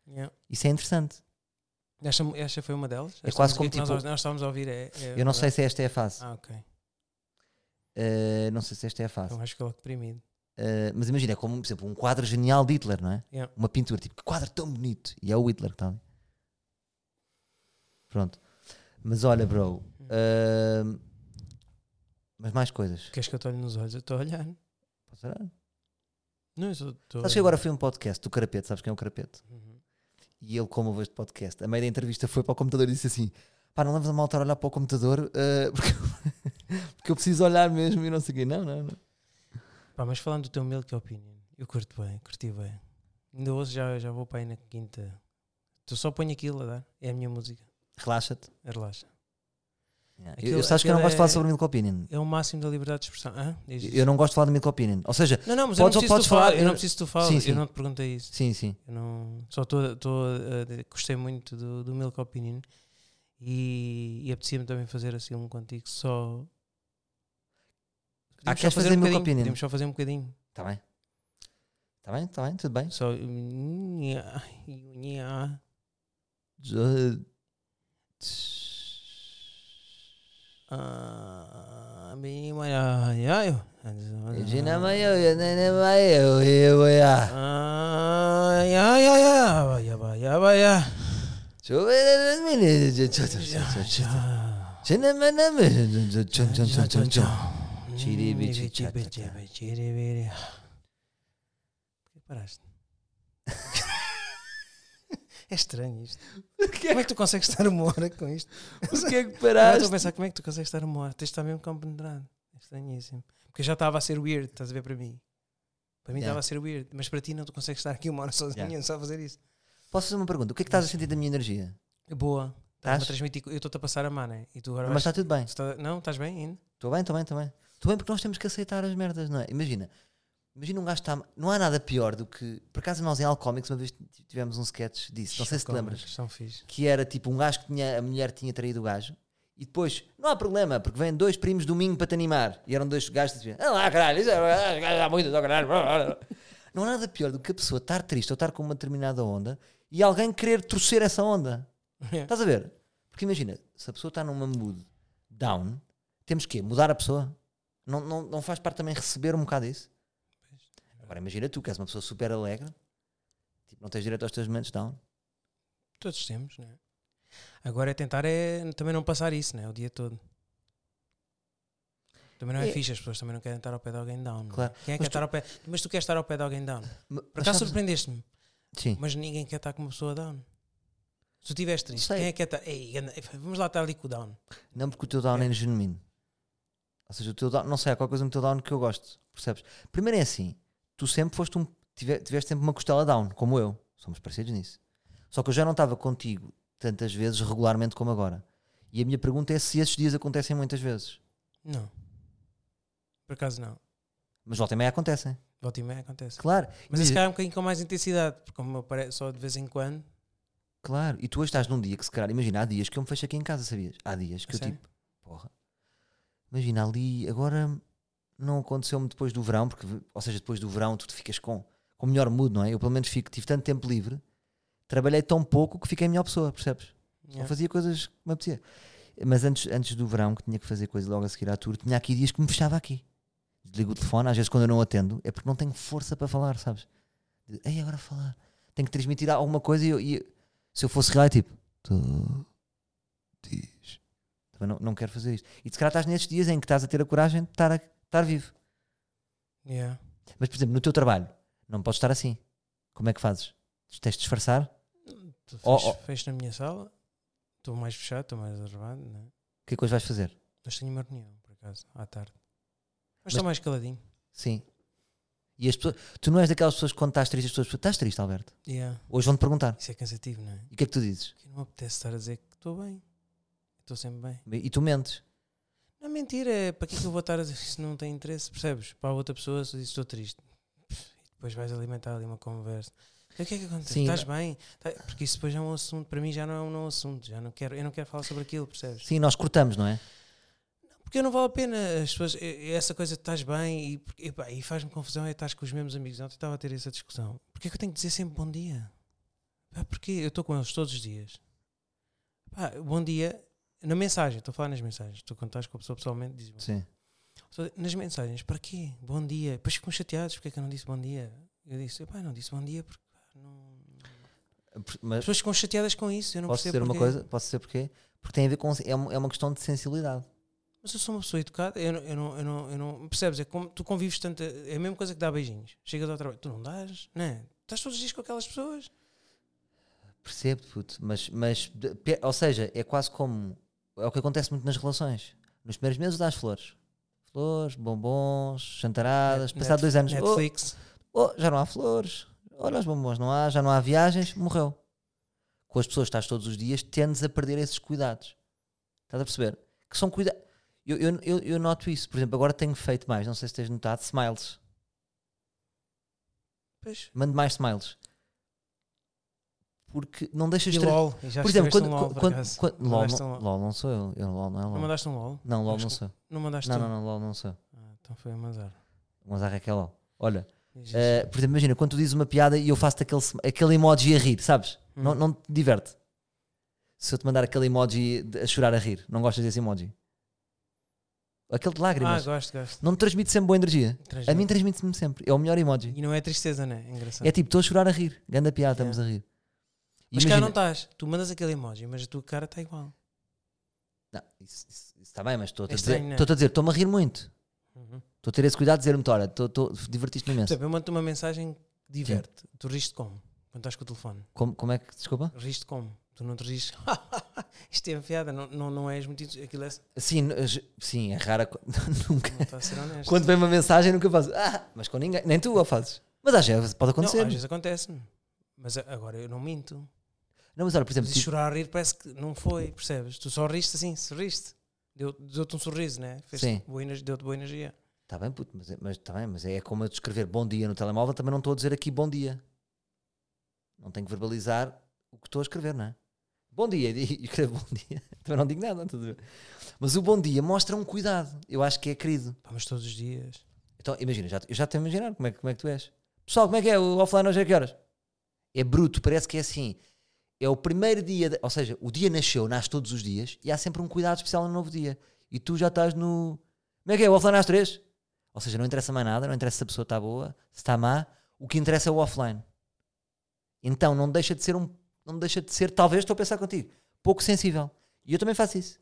S2: Yeah.
S1: Isso é interessante.
S2: Esta, esta foi uma delas?
S1: É
S2: Esta
S1: quase
S2: música
S1: como
S2: que nós-
S1: tipo-
S2: Nós, estávamos a ouvir. É, é-
S1: Eu não sei se esta é a fase.
S2: Ah, ok.
S1: Eh, não sei se esta é a fase.
S2: Então acho que é logo deprimido.
S1: Uh, mas imagina, é como, por exemplo, um quadro genial de Hitler, não é?
S2: Yeah.
S1: Uma pintura, tipo, que quadro tão bonito. E é o Hitler que está ali. Pronto. Mas olha, bro.
S2: Uhum.
S1: uh, mas mais coisas.
S2: Queres que eu te olhe nos olhos? Eu estou a olhar.
S1: Posso olhar?
S2: Não, eu só estou.
S1: Sabes que agora foi um podcast do Carapete, sabes quem é o Carapete?
S2: Uhum.
S1: E ele, como ouve este podcast, a meio da entrevista foi para o computador e disse assim: pá, não leves a malta a olhar para o computador uh, porque, porque eu preciso olhar mesmo e não sei o quê. Não, não, não.
S2: Pá, mas falando do teu milk opinion, eu curto bem, curti bem. Ainda hoje já, já vou para aí na quinta. Tu só põe aquilo a dar. É a minha música. É
S1: Relaxa-te.
S2: Relaxa.
S1: Yeah.
S2: Aquilo-
S1: eu, eu sabes que eu não
S2: aquilo
S1: gosto de falar
S2: é-
S1: sobre Milk Opinion.
S2: É o máximo da liberdade de expressão. Hã? Diz isso.
S1: Eu não gosto de falar de Milk Opinion. Ou seja,
S2: Não, não, mas
S1: Podes
S2: eu
S1: ou
S2: não preciso
S1: podes
S2: tu falar,
S1: falar,
S2: eu não
S1: eu-
S2: preciso que tu fales,
S1: Sim, sim.
S2: eu não te perguntei isso.
S1: sim, sim.
S2: Eu não, só estou estou a- a- gostei muito do, do Milk Opinion e, e apetecia-me também fazer assim um contigo só.
S1: Ah,
S2: Podíamos só
S1: queres fazer Milk
S2: bocadinho,
S1: Opinion?
S2: Podíamos só fazer um bocadinho.
S1: Está Tá bem. Está bem, está bem, tudo bem.
S2: Só. hum, Nha, nha. Ah, bem, olha, olha, eu.
S1: Gina Maio, Gina Maio, é eu vou lá.
S2: Ah, ia, ia, ia, vai, vai, vai, vai.
S1: Chover as meninas. Gina Maio,
S2: Hum,
S1: Chiribiti, tchá, tchá, tchá.
S2: Chiribiti. Porquê paraste? É estranho isto. Como é que tu consegues estar uma hora com isto?
S1: Porquê que
S2: Agora estou a
S1: paraste?
S2: pensar como é que tu consegues estar uma hora. Tens de estar mesmo compenetrado. É estranhíssimo. Porque eu já estava a ser weird, estás a ver para mim. Para mim
S1: Yeah.
S2: estava a ser weird, mas para ti não tu consegues estar aqui uma hora sozinho
S1: Yeah.
S2: só a fazer isso.
S1: Posso fazer uma pergunta? O que é que estás a sentir da minha energia?
S2: Boa. Estás-me a
S1: Estás?
S2: transmitir. co- Eu estou-te a passar a mana e tu agora
S1: Mas
S2: vais.
S1: está tudo bem.
S2: tu estás- Não, estás bem ainda?
S1: Estou bem, estou bem, estou bem. Estou bem porque nós temos que aceitar as merdas, não é? Imagina, imagina um gajo que está. Não há nada pior do que. Por acaso nós em Alcomics uma vez tivemos um sketch disso, não sei se te
S2: Calma,
S1: lembras.
S2: Estão fixe.
S1: que era tipo um gajo que tinha, a mulher tinha traído o gajo. E depois, não há problema, porque vêm dois primos domingo para te animar. E eram dois gajos que diziam, ah lá, caralho, isso é, gajo há muito, oh, caralho. blá, blá, blá." Não há nada pior do que a pessoa estar triste ou estar com uma determinada onda e alguém querer torcer essa onda. Estás a ver? Porque imagina, se a pessoa está numa mood down, temos que mudar a pessoa. Não, não, não faz parte também receber um bocado isso? Agora imagina tu, que és uma pessoa super alegre, tipo, não tens direito aos teus momentos down.
S2: Todos temos, não é? Agora é tentar é também não passar isso, né? O dia todo. Também não é,
S1: É.
S2: fixe, as pessoas também não querem estar ao pé de alguém down. não é?
S1: Claro.
S2: Quem é que
S1: Mas
S2: quer estar ao pé? Mas tu queres estar ao pé de alguém down. Por acaso surpreendeste-me,
S1: Sim.
S2: mas ninguém quer estar com uma pessoa down. Se tu estiveres triste,
S1: Sei.
S2: quem é que quer estar? Ei, anda- vamos lá estar ali com o down.
S1: Não, porque o teu down é genuíno. Ou seja, o teu down, não sei, há qualquer coisa no teu down que eu gosto, percebes? Primeiro é assim, tu sempre foste um, tive- tiveste sempre uma costela down, como eu, somos parecidos nisso. Só que eu já não estava contigo tantas vezes regularmente como agora. E a minha pergunta é se esses dias acontecem muitas vezes.
S2: Não. Por acaso não.
S1: Mas volta e meia acontecem,
S2: Volta e meia acontece.
S1: claro.
S2: Mas
S1: Imagina-
S2: esse cara é um bocadinho com mais intensidade, porque como apare- só de vez em quando.
S1: Claro, e tu hoje estás num dia que se calhar, imagina, há dias que eu me fecho aqui em casa, sabias? Há dias que
S2: A
S1: eu
S2: sério?
S1: tipo, porra, imagina ali, agora não aconteceu-me depois do verão, porque, ou seja, depois do verão tu te ficas com, com o melhor mood, não é? Eu pelo menos fico, tive tanto tempo livre, trabalhei tão pouco que fiquei a melhor pessoa, percebes? Só
S2: yeah.
S1: fazia coisas que me apetecia. Mas antes, antes do verão, que tinha que fazer coisa logo a seguir à tour, tinha aqui dias que me fechava aqui. Desligo o telefone, às vezes quando eu não atendo, é porque não tenho força para falar, sabes? De- Ei, agora falar. Tenho que transmitir alguma coisa e, eu- e eu- se eu fosse real é tipo. "Tu Diz. Também não, não quero fazer isto. E se calhar estás nesses dias em que estás a ter a coragem de estar, a- estar vivo.
S2: Yeah.
S1: Mas, por exemplo, no teu trabalho, não podes estar assim. Como é que fazes? Tens de disfarçar?
S2: Tu
S1: Oh,
S2: fecho,
S1: oh.
S2: fecho na minha sala, estou mais fechado, estou mais reservado, né?
S1: O que é que hoje vais fazer?
S2: mas tenho uma reunião, por acaso, à tarde.
S1: Mas-
S2: Mas estou mais caladinho.
S1: Sim. E as pessoas, tu não és daquelas pessoas que quando estás triste, as pessoas estás triste, Alberto.
S2: Yeah.
S1: Hoje vão-te perguntar.
S2: Isso é cansativo, não é?
S1: E o que é que tu dizes?
S2: Que não me apetece estar a dizer que estou bem. Estou sempre bem.
S1: E tu mentes.
S2: Não, mentira, é para que é que eu vou estar a dizer isso não tem interesse, percebes? Para a outra pessoa, se eu disse estou triste, e depois vais alimentar ali uma conversa. E o que é que acontece?
S1: Sim,
S2: Estás bem? Tá- Porque isso depois já é um assunto, para mim já não é um não assunto, já não quero, eu não quero falar sobre aquilo, percebes?
S1: Sim, nós cortamos, não é?
S2: Porque não vale a pena as pessoas, e- e essa coisa de estás bem e, porque- e, pá, e faz-me confusão é estás com os mesmos amigos. Ontem estava a ter essa discussão. Porquê é que eu tenho que dizer sempre bom dia? Pá, porque eu estou com eles todos os dias. Pá, bom dia, na mensagem, estou a falar nas mensagens, tu quando estás com a pessoa pessoalmente dizes bom
S1: Sim.
S2: Só Nas mensagens, para quê? Bom dia. Depois ficam chateados porque é que eu não disse bom dia. Eu disse, pá, não disse bom dia porque pá, não. As
S1: Mas
S2: pessoas ficam chateadas com isso. Eu não
S1: posso dizer
S2: percebo
S1: uma
S2: porquê.
S1: coisa? Posso dizer porquê? Porque tem a ver com. É uma é uma questão de sensibilidade.
S2: Mas eu sou uma pessoa educada, eu não, eu não, eu não, eu não- percebes? É como tu convives tanto, é a mesma coisa que dá beijinhos. Chegas ao trabalho, tu não dás, não é? Estás todos os dias com aquelas pessoas.
S1: Percebo, puto. Mas, mas de- pe- ou seja, é quase como. É o que acontece muito nas relações. Nos primeiros meses dás flores. Flores, bombons, chantaradas.
S2: Net-
S1: Passado dois anos. "Oh,
S2: Netflix.
S1: Oh, já não há flores. Oh, Olha os bombons, não há, já não há viagens, morreu. Com as pessoas que estás todos os dias, tendes a perder esses cuidados. Estás a perceber? Que são cuidados. Eu, eu, eu, eu noto isso. Por exemplo, agora tenho feito mais, não sei se tens notado, smiles.
S2: Pois.
S1: Mando mais smiles. Porque não deixas
S2: E
S1: de. tra-
S2: LOL. E já
S1: Por exemplo, quando.
S2: escreveste um LOL, por
S1: quando,
S2: acaso.
S1: quando- LOL,
S2: Mandaste um
S1: não,
S2: LOL.
S1: LOL não sou eu. eu LOL não é
S2: Não
S1: LOL.
S2: mandaste um LOL?
S1: Não, LOL
S2: Acho
S1: não
S2: que-
S1: sou.
S2: Não mandaste
S1: Não,
S2: tu?
S1: não, não, LOL não sou.
S2: Ah, então foi a mandar.
S1: Mas a Raquel, LOL. Olha,
S2: Diz isso.
S1: Uh, por exemplo, imagina, quando tu dizes uma piada e eu faço aquele, sm- aquele emoji a rir, sabes?
S2: Hum.
S1: Não, não te diverte. Se eu te mandar aquele emoji de- a chorar a rir, não gostas desse emoji? Aquele de
S2: ah,
S1: lágrimas.
S2: gosto, gosto.
S1: não te transmite sempre boa energia. A mim
S2: Transmite.
S1: transmite-me sempre. É o melhor emoji.
S2: E não é tristeza, não é? É Engraçado.
S1: É tipo, estou a chorar a rir. Ganda piada,
S2: Yeah.
S1: estamos a rir.
S2: Mas cá não
S1: está.
S2: estás. Tu mandas aquele emoji, mas a tua cara está igual.
S1: Isso isso- isso está bem, mas estou-te
S2: É
S1: a dizer,
S2: estranho, não é?
S1: estou-te a dizer, estou-me a rir muito.
S2: Uhum. Por
S1: Estou a ter esse cuidado de dizer-me, olha, estou- estou- divertiste-me imenso.
S2: exemplo, eu mando-te uma mensagem que diverte. Tu riste como? Quando estás com o telefone.
S1: Como, como é que, desculpa?
S2: Riste como? Tu não te riste. Isto é piada. Não, não, não és muito. ins- Aquilo é.
S1: Sim, n- j- sim é rara. co- Nunca.
S2: Não está a ser honesto.
S1: Quando vem uma mensagem, nunca faço. Ah, mas com ninguém. Nem tu a fazes. Mas às vezes pode
S2: não, às
S1: acontecer. Não,
S2: vezes acontece-me. Mas a- agora eu não minto.
S1: mas olha, por exemplo, tipo
S2: Mas
S1: tive,
S2: chorar a rir parece que não foi, percebes? Tu só riste assim, sorriste. Deu- Deu-te um sorriso, né?
S1: Sim.
S2: Fez-te boa ener- Deu-te boa energia.
S1: tá bem, puto, mas, é- mas, tá bem, mas é como eu descrever bom dia no telemóvel, também não estou a dizer aqui bom dia. Não tenho que verbalizar o que estou a escrever, não é? Bom dia, e escrevo bom dia. Também não digo nada, estás a ver? Mas o bom dia mostra um cuidado. Eu acho que é querido.
S2: Pá, mas todos os dias.
S1: Então, imagina, já, eu já estou a imaginar como é, que- como é que tu és. Pessoal, como é que é? O offline hoje é que horas? É bruto, parece que é assim. É o primeiro dia, de- ou seja, o dia nasceu, nasce todos os dias e há sempre um cuidado especial no novo dia. E tu já estás no. Como é que é? O offline às três? Ou seja, não interessa mais nada, não interessa se a pessoa está boa, se está má, o que interessa é o offline. Então não deixa de ser um. Não deixa de ser, talvez estou a pensar contigo, pouco sensível. E eu também faço isso.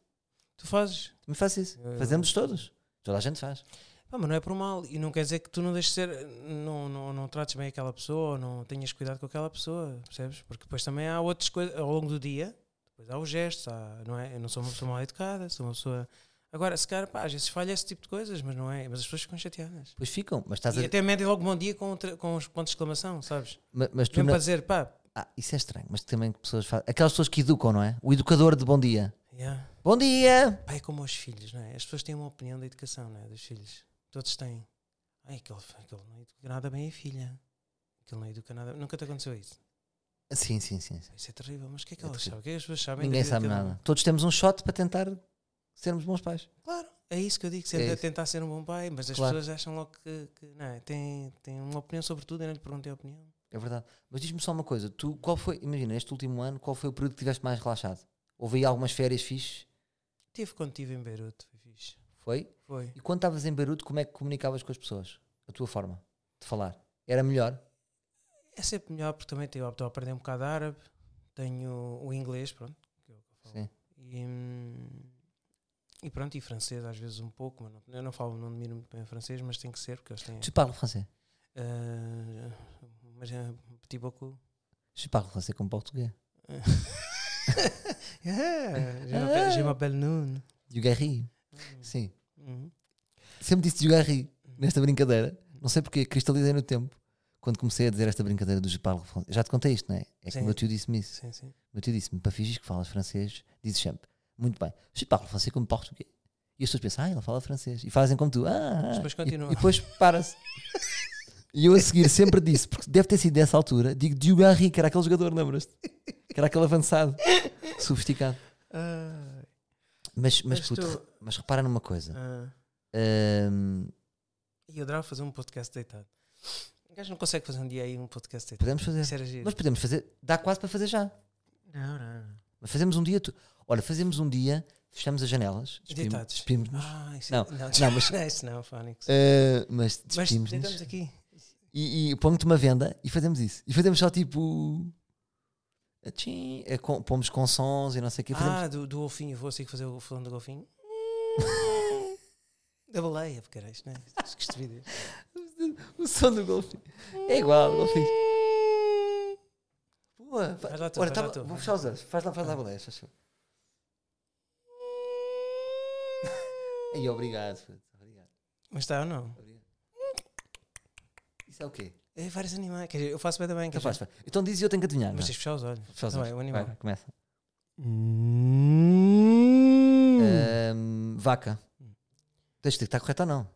S2: Tu fazes.
S1: Também faço isso.
S2: Eu-
S1: Fazemos todos. Toda a gente faz.
S2: Pá, mas não é por mal, e não quer dizer que tu não deixes de ser, não, não, não trates bem aquela pessoa, ou não tenhas cuidado com aquela pessoa, percebes? Porque depois também há outras coisas ao longo do dia, depois há os gestos, há, não é? Eu não sou uma pessoa mal educada, sou uma pessoa Agora, se calhar, pá, às vezes falha esse tipo de coisas, mas não é. Mas as pessoas ficam chateadas.
S1: Pois ficam, mas é- estás a.
S2: E até medem logo bom dia com, tra- com os pontos de exclamação, sabes?
S1: ma- Mas tu
S2: Mesmo
S1: na-
S2: para dizer, pá,
S1: Ah, isso é estranho, mas também que pessoas fazem. Aquelas pessoas que educam, não é? O educador de bom dia.
S2: yeah.
S1: Bom dia!
S2: Pá, é como os filhos, não é? As pessoas têm uma opinião da educação, não é? Dos filhos. Todos têm. Ai, aquele, aquele não educa nada bem a filha. Aquele não educa nada. Nunca te aconteceu isso.
S1: Sim, sim, sim. sim.
S2: Isso é terrível. Mas o que é que
S1: É
S2: elas
S1: terrível.
S2: sabem? O que é que as pessoas sabem? da
S1: Ninguém
S2: vida
S1: sabe
S2: daquele-
S1: nada. Todos temos um shot para tentar sermos bons pais.
S2: Claro, é isso que eu digo,
S1: É
S2: sempre a
S1: isso.
S2: tentar ser um bom pai, mas as
S1: Claro.
S2: pessoas acham logo que, que, não é, têm, têm uma opinião sobre tudo e não lhe perguntei a opinião.
S1: É verdade. Mas diz-me só uma coisa: tu, qual foi, imagina, este último ano, qual foi o período que tiveste mais relaxado? Houve aí algumas férias fixes?
S2: Tive quando estive em Beirute, foi fixe.
S1: Foi?
S2: Foi.
S1: E quando estavas em Beirute, como é que comunicavas com as pessoas? A tua forma de falar? Era melhor?
S2: É sempre melhor porque também tenho- estou a aprender um bocado de árabe, tenho o inglês, pronto, que eu falo.
S1: Sim.
S2: E, hum, e pronto, e francês às vezes um pouco, mas não, eu não falo, não domino muito bem o francês, mas tem que ser, porque eles têm.
S1: Tu parles francês?
S2: ah, mas é petit beaucoup.
S1: Tu parles francês como português?
S2: Yeah, je m'appelle- je m'appelle Nuno.
S1: Du Garry? Sim.
S2: Uhum.
S1: Sempre disse Jugarri nesta brincadeira. Não sei porque, cristalizei no tempo. Quando comecei a dizer esta brincadeira do Gepal já te contei isto, não é? É que o
S2: Sim.
S1: meu tio disse-me isso.
S2: Sim, sim.
S1: O meu tio disse-me: para fingir que falas francês, dizes sempre, muito bem, je parle francês como português. E as pessoas pensam, ah, ele fala francês. E fazem como tu, ah, ah.
S2: Depois
S1: E-
S2: continuam.
S1: E, depois para-se. e eu a seguir sempre disse, porque deve ter sido dessa altura, digo Jugarri, que era aquele jogador, lembras-te? Que era aquele avançado, sofisticado.
S2: Ah,
S1: Mas, mas,
S2: Mas
S1: puto,
S2: tu-
S1: re- mas repara numa coisa.
S2: ah.
S1: Ahm,
S2: E eu adorava fazer um podcast deitado. O gajo não consegue fazer um dia aí um podcast deitado.
S1: podemos fazer.
S2: Isso era giro.
S1: Mas podemos fazer, dá quase para fazer já.
S2: Não, não, não.
S1: Mas fazemos um dia. Tu... Olha, fazemos um dia, fechamos as janelas, despimos-
S2: Deitados.
S1: despimos-nos.
S2: Ah, isso
S1: Não,
S2: é... não, É,
S1: não, mas-
S2: não, isso não, Fónix.
S1: Ah, mas
S2: mas
S1: despimos-nos
S2: deitamos aqui.
S1: e, e ponho-te uma venda e fazemos isso. E fazemos só tipo. Atchim, é com, pomos com sons e não sei o que. Fazemos...
S2: Ah, do, do golfinho. Vou assim fazer o fulano do golfinho. da baleia, porque era isto, não é? Acho que este vídeo.
S1: O som do golfinho. É
S2: Ah,
S1: igual, golfinho. Boa.
S2: Faz lá tu,
S1: Ora,
S2: faz
S1: tava-
S2: lá tu.
S1: vou fechar os olhos. Faz lá, faz lá, boleia. faz favor. Aí, obrigado. puto. Obrigado.
S2: Mas está ou não?
S1: obrigado. Isso é o quê?
S2: É vários animais. Quer dizer, eu faço bem também.
S1: Então,
S2: Quer
S1: faz,
S2: dizer,
S1: faz. então diz e eu tenho que adivinhar.
S2: mas
S1: vá.
S2: tens de fechar os olhos.
S1: Fechar os
S2: Tá
S1: olhos.
S2: bem, o
S1: Vai,
S2: animal.
S1: começa. Hum.
S2: Está
S1: Ahm, vaca.
S2: Hum.
S1: Tens de dizer que está correto ou não?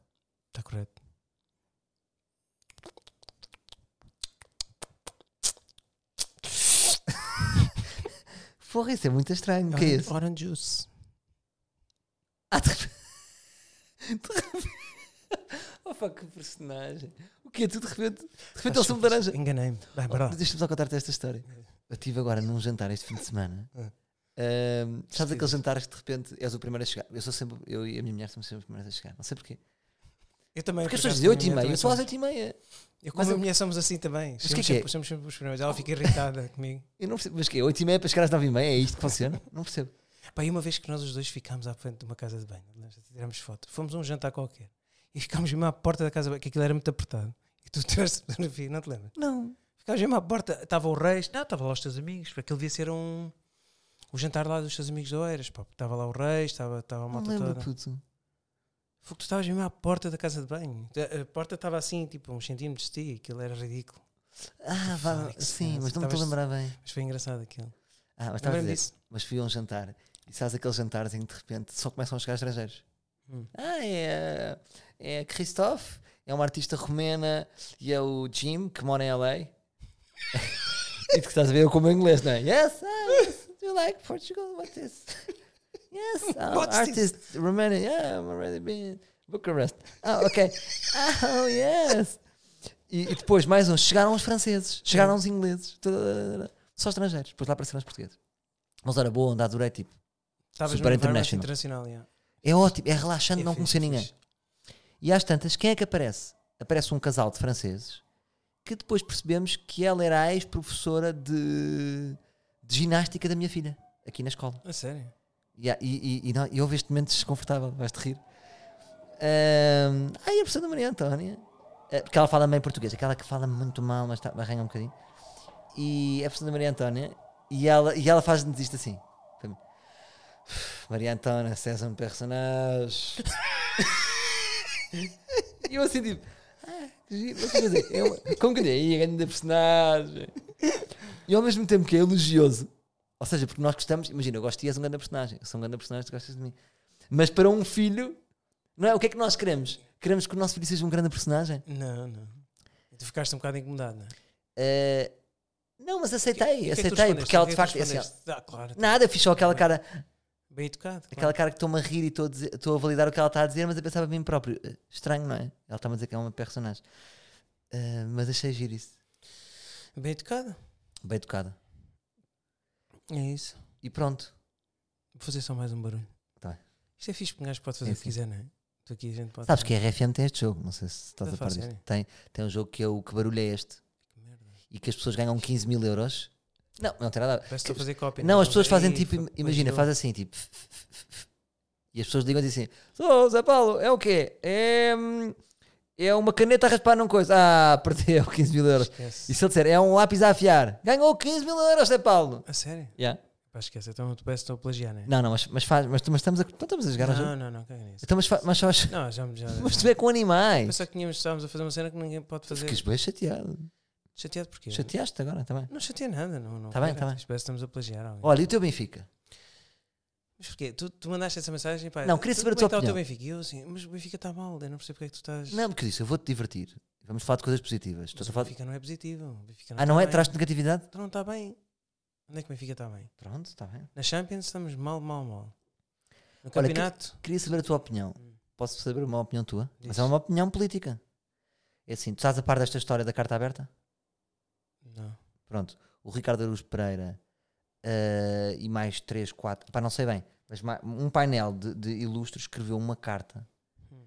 S2: Tá correto.
S1: Porra, isso é muito estranho. O que é isso?
S2: Orange juice.
S1: Ah, de repente. De repente. Oh, pá, que personagem. O que é tu de repente? De repente é o sumo de laranja.
S2: Enganei-me. Vai, bora lá.
S1: Mas Deixa-me só contar-te esta história. Eu estive agora num jantar este fim de semana. Ahm, sabes aqueles jantares que de repente és o primeiro a chegar? Eu sou sempre, eu e a minha mulher somos sempre os primeiros a chegar. Não sei porquê.
S2: Eu também.
S1: Porque as
S2: por
S1: pessoas
S2: acaso,
S1: dizem 8 e
S2: também
S1: meia, eu sou às
S2: somos-
S1: 8 e meia.
S2: Eu com
S1: Mas
S2: a minha
S1: eu-
S2: mulher somos assim também.
S1: que é
S2: Somos
S1: que é?
S2: sempre, somos sempre os primeiros. Ela fica irritada comigo.
S1: Eu não percebo, mas que é 8 e meia para chegar às 9 e meia? É isto que funciona? Não percebo.
S2: Pá, e uma vez que nós os dois ficámos à frente de uma casa de banho, nós tiramos foto, fomos a um jantar qualquer e ficámos mesmo à porta da casa de banho, que aquilo era muito apertado. E tu tiveste fotografia, não te lembras?
S1: Não.
S2: Ficámos mesmo à porta, estava o Reis, não, estava lá os teus amigos, porque aquilo devia ser um. O jantar lá dos teus amigos do Oeiras, pá. Estava lá o Reis, estava, estava a
S1: Não
S2: malta
S1: lembro,
S2: toda.
S1: puto.
S2: Foi que tu estavas mesmo à porta da casa de banho. A- A porta estava assim, tipo, uns centímetros de ti, aquilo era ridículo.
S1: Ah, vá,
S2: Fónix,
S1: sim,
S2: mas
S1: mas não me estou a
S2: estavas-
S1: lembrar bem.
S2: Mas foi engraçado aquilo.
S1: Ah, mas estava a
S2: Lembrei-me
S1: dizer,
S2: disso.
S1: mas fui a um jantar e sabes aqueles jantares em que de repente só começam a chegar estrangeiros.
S2: Hum.
S1: Ah, é, é a Christophe, é uma artista romena e é o Jim que mora em LA. e tu que estás a ver eu como inglês, não é? Yes, ah, yes, do you like Portugal? What is? Yes, ah,
S2: What's this?
S1: artist Romanian. Yeah, I'm already been in Bucharest. Ah, ok. Oh, yes. E, e depois, mais um, chegaram os franceses, chegaram os ingleses, tadadadada. só estrangeiros, depois lá apareceram os portugueses. Mas era boa, onda, adorei, tipo,
S2: Estavas
S1: Super
S2: num environment
S1: international.
S2: internacional, yeah.
S1: é ótimo, é relaxante
S2: É
S1: não
S2: fixe,
S1: conhecer ninguém.
S2: fixe.
S1: E às tantas, quem é que aparece? Aparece um casal de franceses que depois percebemos que ela era a ex-professora de, de ginástica da minha filha, aqui na escola.
S2: A sério?
S1: E, há- e, e, e, não- e houve este momento desconfortável, vais-te rir. Ahm, ai, a professora Maria Antónia. Ah, Porque ela fala bem português, aquela que fala muito mal, mas tá, arranha um bocadinho. E a professora Maria Antónia, é um e ela, e ela faz-nos isto assim. para mim. Maria Antona, c'est un personnage. e eu assim, tipo, ah, que giro. Mas, quer dizer, é uma- como que eu digo, "Ih, grande personagem. E ao mesmo tempo que é elogioso. Ou seja, porque nós gostamos, imagina, eu gosto de ti, és um grande personagem. Eu sou um grande personagem, tu gostas de mim. Mas para um filho, não é? O que é que nós queremos? Queremos que o nosso filho seja um grande personagem?
S2: Não, não. Tu ficaste um bocado incomodado, não é?
S1: Eh, não, mas aceitei,
S2: O que é que tu
S1: aceitei,
S2: respondeste?
S1: porque ela
S2: O
S1: de
S2: que é que
S1: facto.
S2: tu
S1: é assim,
S2: respondeste? Ah, claro.
S1: nada, fiz só aquela cara,
S2: Bem educado.
S1: aquela cara que estou-me a rir e estou a dizer- estou a validar o que ela está a dizer, mas eu pensava a mim próprio. eh, Estranho, não é? Ela está-me a dizer que é uma personagem. Eh, mas achei giro isso.
S2: claro. Bem educado.
S1: Bem educada.
S2: É isso.
S1: E pronto.
S2: Vou fazer só mais um barulho.
S1: Tá bem.
S2: Isto é fixe, porque um gajo pode fazer
S1: Sim,
S2: o que
S1: sim.
S2: quiser, não é? Tu aqui a gente pode.
S1: Sabes que a RFM tem este jogo, não sei se estás
S2: Eu
S1: a par
S2: faço,
S1: disto.
S2: é.
S1: Tem, tem um jogo que é o Que Barulho é Este?
S2: Que merda.
S1: E que as pessoas ganham 15 mil euros. Não, não tem nada a ver.
S2: Parece que estou a fazer cópia.
S1: Não, as pessoas
S2: Ei,
S1: fazem tipo,
S2: foi-
S1: imagina,
S2: foi
S1: faz assim, tipo. E as pessoas ligam e dizem assim: Sou Zé Paulo, é o quê? É, hum, é uma caneta a raspar num coisa. Ah, perdeu 15 mil euros.
S2: Esquece.
S1: E se ele disser, é um lápis a afiar, ganhou 15 mil euros, Zé Paulo.
S2: A sério?
S1: Yeah.
S2: Pá, esquece. Então tu parece que estou a plagiar, não é?
S1: Não, não, mas, mas faz, mas, mas estamos, a, não estamos a jogar ao jogo.
S2: não, não, não, caga nisso.
S1: Então, mas, fa- mas, só- mas,
S2: Não, já me. Já,
S1: tu é com animais.
S2: Pensava que tínhamos, estávamos a fazer uma cena que ninguém pode fazer.
S1: Ficas bem chateado.
S2: Chateado porquê?
S1: Chateaste agora também.
S2: Não chateia nada, não. não
S1: Tá bem,
S2: caga.
S1: tá bem.
S2: Isto Parece que estamos a plagiar alguém.
S1: Olha, e o teu Benfica?
S2: Mas porquê? Tu, tu mandaste essa mensagem pá,
S1: Não, queria saber a
S2: como
S1: tua
S2: é que tá o teu
S1: opinião.
S2: Benfica. E eu assim, mas o Benfica está mal, eu não percebo porque é que tu estás.
S1: Não, porque disse, eu vou-te divertir. Vamos falar de coisas positivas. Estou
S2: Mas
S1: a
S2: o
S1: falar...
S2: Benfica não é positivo. o Benfica
S1: Ah,
S2: tá
S1: não é?
S2: bem.
S1: Traz-te negatividade?
S2: Então não está bem. Onde é que o Benfica está bem?
S1: Pronto, está bem.
S2: Na Champions estamos mal, mal, mal. No
S1: que-
S2: campeonato.
S1: Queria saber a tua opinião.
S2: Hum.
S1: Posso saber uma opinião tua? Mas
S2: Diz.
S1: é uma opinião política. É assim, tu estás a par desta história da carta aberta?
S2: Não.
S1: Pronto. O Ricardo Araújo Pereira eh, e mais 3, 4, pá, não sei bem, mas ma- um painel de, de ilustres escreveu uma carta
S2: Hum.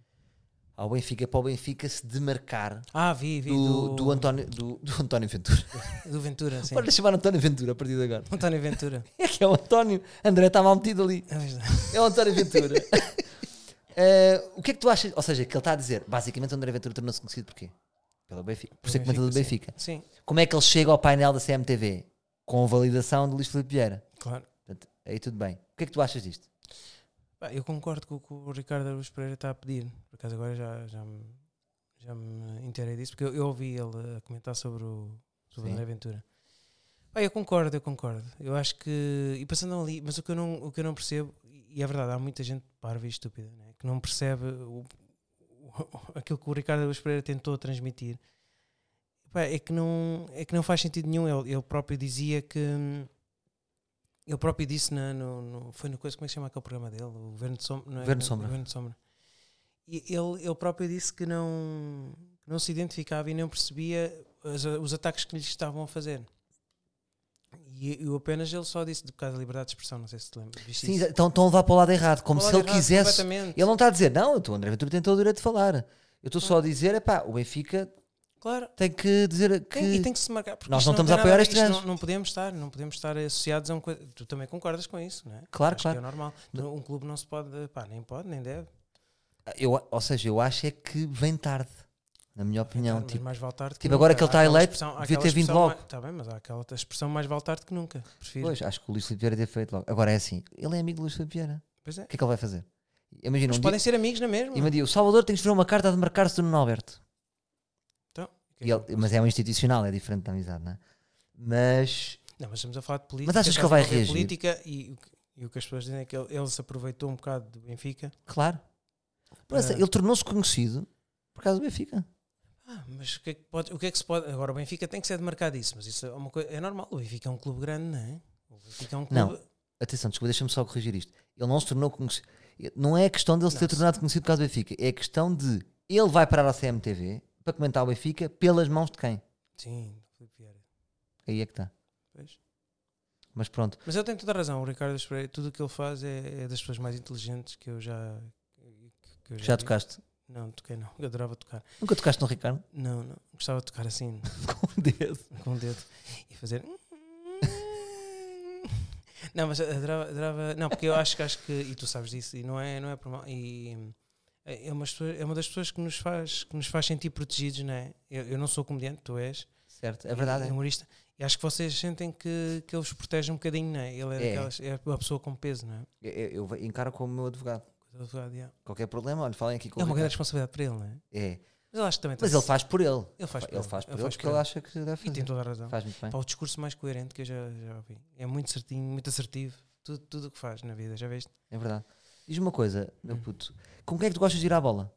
S1: ao Benfica para o Benfica se demarcar
S2: Ah, vi, vi.
S1: do,
S2: Do,
S1: do, António, do, do António Ventura.
S2: do Ventura, sim.
S1: Pode chamar António Ventura a partir de agora.
S2: António Ventura.
S1: É que é o António. André está mal metido ali.
S2: É verdade.
S1: É o António Ventura. Eh, o que é que tu achas? Ou seja, que ele está a dizer, basicamente, o André Ventura tornou-se conhecido porquê? Pelo Benfica. Por ser
S2: Benfica,
S1: comentador do Benfica.
S2: sim,
S1: Como é que ele chega ao painel da CMTV? Com a validação de Luís Filipe Vieira.
S2: claro.
S1: Portanto, aí tudo bem. O que é que tu achas disto?
S2: Pá, eu concordo com o que o Ricardo Araújo Pereira está a pedir. Por acaso agora já, já, me, já me inteirei disso, porque eu, eu ouvi ele a comentar sobre o, sobre
S1: Sim.
S2: o André Ventura. Pá, eu concordo, eu concordo. Eu acho que. E passando ali, mas o que eu não, o que eu não percebo, e é verdade, há muita gente parva e estúpida, né, que não percebe o- o- aquilo que o Ricardo Araújo Pereira tentou transmitir. Pá, é, que não, é que não faz sentido nenhum. Ele, ele próprio dizia que. hum, Ele próprio disse, na, no, no- foi no coisa, como é que se chama aquele programa dele? O Governo de Sombra. não é?
S1: Governo de Sombra.
S2: Governo de Sombra. E ele, ele próprio disse que não, que não se identificava e não percebia as- os ataques que lhe estavam a fazer. E eu apenas ele só disse, por causa da liberdade de expressão, não sei se te lembras. viste
S1: Sim,
S2: isso?
S1: então estão a levar para o lado errado, como
S2: Ao
S1: se
S2: lado
S1: ele
S2: errado,
S1: quisesse.
S2: completamente.
S1: Ele não está a dizer, não, então o André Ventura tem todo o direito de falar. Eu estou só a dizer, epá, o Benfica
S2: Claro,
S1: tem que dizer que.
S2: Tem- e tem que se marcar. porque
S1: Nós
S2: isto
S1: não estamos
S2: tem
S1: a
S2: nada
S1: apoiar
S2: ver-
S1: este
S2: isto
S1: gajo.
S2: Não, não podemos estar, não podemos estar associados a um coisa. Tu também concordas com isso, não é?
S1: Claro,
S2: Acho
S1: claro.
S2: Que é normal. Um clube não se pode, pá, nem pode, nem deve.
S1: Eu, ou seja, eu acho é que vem tarde, na minha opinião.
S2: Tá, Mas
S1: tipo,
S2: mais vale tarde que
S1: tipo, agora
S2: nunca.
S1: que ele
S2: Há
S1: está
S2: aquela
S1: eleito,
S2: expressão- há
S1: devia
S2: aquela
S1: ter vindo
S2: expressão
S1: logo.
S2: mais- Está bem, mas há aquela expressão mais vale tarde que nunca. Prefiro. Pois,
S1: pois, acho que o Luís Filipe Vieira deve feito logo. Agora é assim, ele é amigo do Luís Filipe Vieira.
S2: é.
S1: O que é que ele vai fazer? Imagina,
S2: Mas
S1: um dia,
S2: podem ser amigos na mesma.
S1: imagina, o Salvador tem que escrever uma carta a demarcar-se do Nuno Alberto.
S2: Então,
S1: E ele- mas é um institucional, é diferente da amizade, não é? Mas
S2: Não, mas estamos a falar de política.
S1: Mas achas que ele
S2: estás a
S1: vai
S2: envolver
S1: reagir?
S2: política e, o que- e o que as pessoas dizem é que ele, ele se aproveitou um bocado do Benfica.
S1: Claro. Por essa-
S2: Ah.
S1: Ele tornou-se conhecido por causa do Benfica.
S2: Ah, mas o que, é que pode- o que é que se pode. Agora, o Benfica tem que ser demarcado isso, mas isso é uma coisa. É normal. O Benfica é um clube grande, não é? O Benfica é um clube.
S1: Não. Atenção, desculpa, deixa-me só corrigir isto. Ele não se tornou conhecido. Não é a questão dele se ter
S2: Não, sim.
S1: tornado conhecido por causa do Benfica. É a questão de ele vai parar à CMTV para comentar o Benfica pelas mãos de quem.
S2: Sim, do Filipe Vieira.
S1: Aí é que está.
S2: Pois.
S1: Mas pronto.
S2: Mas ele tem toda a razão. O Ricardo Espere, tudo o que ele faz é, é das pessoas mais inteligentes que eu já. que eu
S1: Já
S2: vi.
S1: tocaste.
S2: Não, toquei não. Eu adorava tocar.
S1: Nunca tocaste no Ricardo?
S2: Não, não. Gostava de tocar assim,
S1: Com o dedo.
S2: com o dedo e fazer. Não, mas adorava, adorava- Não, porque eu acho que acho que. E tu sabes disso, e não é, não é por mal. E é é uma, pessoa- é uma das pessoas que nos faz, que nos faz sentir protegidos, não é? Eu, eu não sou comediante, tu és.
S1: certo? É verdade. é.
S2: humorista. E acho que vocês sentem que, que ele vos protege um bocadinho, não é? Ele é,
S1: É.
S2: daquelas- é uma pessoa com peso, não é?
S1: Eu, eu- eu ve- encaro como meu advogado.
S2: Advogado, yeah.
S1: Qualquer problema, olha, falem aqui com
S2: É uma
S1: o Ricardo.
S2: grande responsabilidade para ele, não é?
S1: É.
S2: Mas ele acho que também
S1: Mas
S2: tem-
S1: ele faz por ele.
S2: ele faz por
S1: Ele faz por ele,
S2: faz
S1: porque ele acha que deve
S2: E Então- tem
S1: fazer.
S2: toda a razão.
S1: Faz muito bem.
S2: Pá, É o discurso mais coerente que eu já, já ouvi. É muito certinho, muito assertivo. Tudo tudo o que faz na vida, já viste?
S1: É verdade. Diz-me uma coisa, meu
S2: Hum.
S1: puto. Com quem é que tu gostas de ir à bola?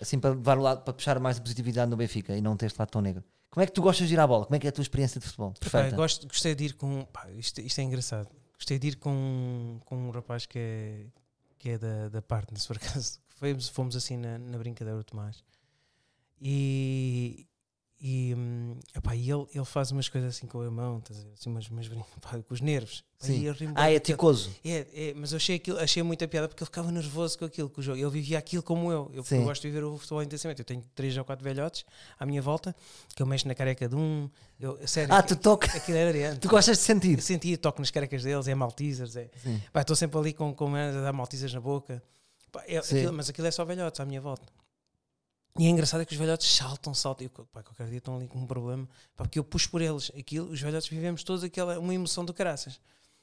S1: Assim, para levar o lado, para puxar mais a positividade no Benfica e não ter este lado tão negro. Como é que tu gostas de ir à bola? Como é que é a tua experiência de futebol?
S2: Pá,
S1: Perfeita.
S2: gosto, gostei de ir com. pá, isto, isto é engraçado. Gostei de ir com, com um rapaz que é, que é da, da Partners, por acaso. Fomos, fomos assim na, na brincadeira do Tomás. E. E, hum, epá, e ele, ele faz umas coisas assim com a mão, estás a ver? Assim, umas, umas brincas, pá, com os nervos. Pá,
S1: Sim.
S2: e eu rimo
S1: Ah,
S2: bué
S1: é
S2: daquilo.
S1: ticoso.
S2: É, é, mas eu achei, aquilo, achei muita piada porque ele ficava nervoso com aquilo, com o jogo. Ele vivia aquilo como eu. Eu, porque
S1: Sim.
S2: eu gosto de viver o futebol intensamente. Eu tenho três ou quatro velhotes à minha volta, que eu mexo na careca de um. Eu, sério,
S1: Ah,
S2: aqui-
S1: tu toca.
S2: aquilo era adiante.
S1: Tu gostas de
S2: Eu
S1: sentir.
S2: sentia, toco nas carecas deles, é Maltesers. É.
S1: Sim.
S2: Pá, Estou sempre ali com, com a dar Maltesers na boca. Pá, é-
S1: Sim.
S2: aquilo- mas aquilo é só velhotes à minha volta. E é engraçado é que os velhotes saltam, saltam. Eu, pá, qualquer dia estão ali com um problema. Pá, porque eu puxo por eles. Aquilo, os velhotes vivemos todos aquela, uma emoção do caraças.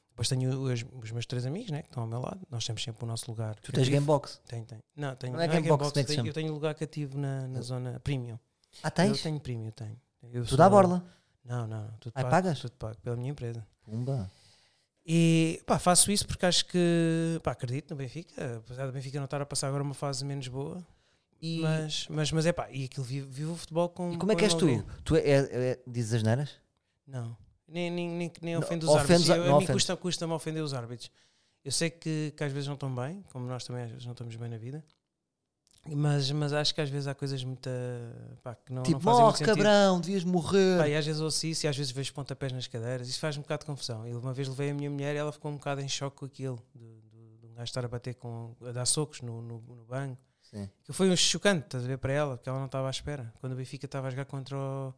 S2: Depois tenho os, os meus três amigos né, que estão ao meu lado. Nós temos sempre o nosso lugar.
S1: Tu tens gamebox.
S2: Tenho, tenho. Não, tenho,
S1: Não é
S2: não é
S1: Gamebox, como
S2: Gamebox,
S1: é que se
S2: tenho-
S1: chama?
S2: eu tenho lugar cativo na, na
S1: Eu-
S2: zona premium.
S1: Ah,
S2: Eu
S1: tens?
S2: tenho premium, tenho. Eu
S1: Tu
S2: sou-
S1: dá a borla.
S2: Não, não, não. Tudo
S1: Ai,
S2: pago,
S1: pagas?
S2: Tudo pago pela minha empresa.
S1: Pumba.
S2: E pá, faço isso porque acho que pá, acredito no Benfica, apesar do Benfica não estar a passar agora uma fase menos boa,
S1: E,
S2: mas, mas, mas é pá, e aquilo vive, vive o futebol com.
S1: e como é
S2: com
S1: que és tu?
S2: envolvimento.
S1: Tu é, é, é- dizes as neiras?
S2: Não, nem, nem, nem, nem
S1: Não,
S2: ofendo os
S1: ofendes
S2: árbitros.
S1: a-
S2: Eu-
S1: não
S2: a mim
S1: ofendes.
S2: custa- custa-me ofender os árbitros. Eu sei que, que às vezes não estão bem, como nós também às vezes não estamos bem na vida, mas, mas acho que às vezes há coisas muito. ah, pá, que não, não
S1: tipo,
S2: fazem muito
S1: morre,
S2: sentido.
S1: cabrão, devias morrer.
S2: Pá, é- e às vezes ouço isso e às vezes vejo pontapés nas cadeiras. Isso faz um bocado de confusão. Eu uma vez levei a minha mulher e ela ficou um bocado em choque com aquilo. De, de, de um gajo estar a bater com. a dar socos no, no, no banco.
S1: Sim.
S2: Que foi um chocante, estás a ver para ela, porque ela não estava à espera. Quando o Benfica estava a jogar contra o.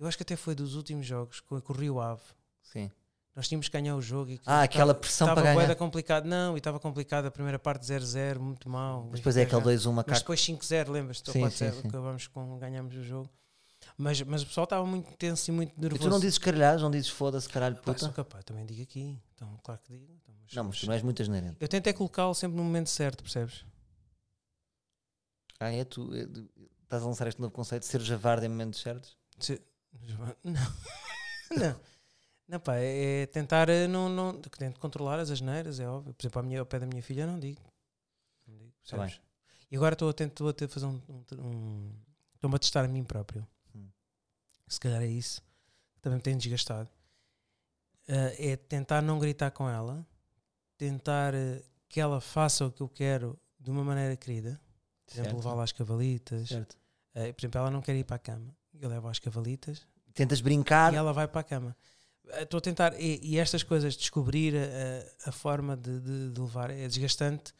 S2: Eu acho que até foi dos últimos jogos com com o Rio Ave.
S1: Sim.
S2: Nós tínhamos que ganhar o jogo e
S1: Ah, aquela
S2: estava-
S1: pressão
S2: estava
S1: para
S2: bué da
S1: ganhar.
S2: complicado. Não, e estava complicado a primeira parte 0-0, muito mal.
S1: Mas depois é aquele 2-1
S2: Mas
S1: macaco.
S2: depois 5-0, lembras-te?
S1: Sim,
S2: Ou
S1: sim,
S2: 4-0,
S1: sim.
S2: acabamos com ganhamos o jogo. Mas, mas o pessoal estava muito tenso e muito
S1: E
S2: nervoso.
S1: tu não dizes caralhados, não dizes foda-se, caralho,
S2: Pá, sou
S1: puta.
S2: capaz, também digo aqui. Então, claro que digo. Então, mas-
S1: Não, mas tu não és muito asneirento.
S2: Eu tento é colocá-lo sempre no momento certo, percebes?
S1: Ah, é tu. é- estás a lançar este novo conceito de ser javarde em momentos certos?
S2: Se- Não. não. Não, pá, é tentar eh, não, não, tento controlar as asneiras, é óbvio. Por exemplo, ao, minha, ao pé da minha filha eu não digo. Não digo,
S1: Tá bem.
S2: percebes? E agora estou a tentar a ter- fazer um. um- um- Estou-me a testar a mim próprio.
S1: Hum.
S2: Se calhar é isso. Também me tenho desgastado. Ah, é tentar não gritar com ela, tentar eh, que ela faça o que eu quero de uma maneira querida. Por exemplo,
S1: Certo.
S2: levá-la às cavalitas.
S1: Certo.
S2: Ah, por exemplo, ela não quer ir para a cama. Eu levo às cavalitas
S1: Tentas brincar.
S2: e ela vai para a cama. Eh, Estou a tentar, e, e estas coisas, descobrir a, a- a forma de, de- de levar é desgastante,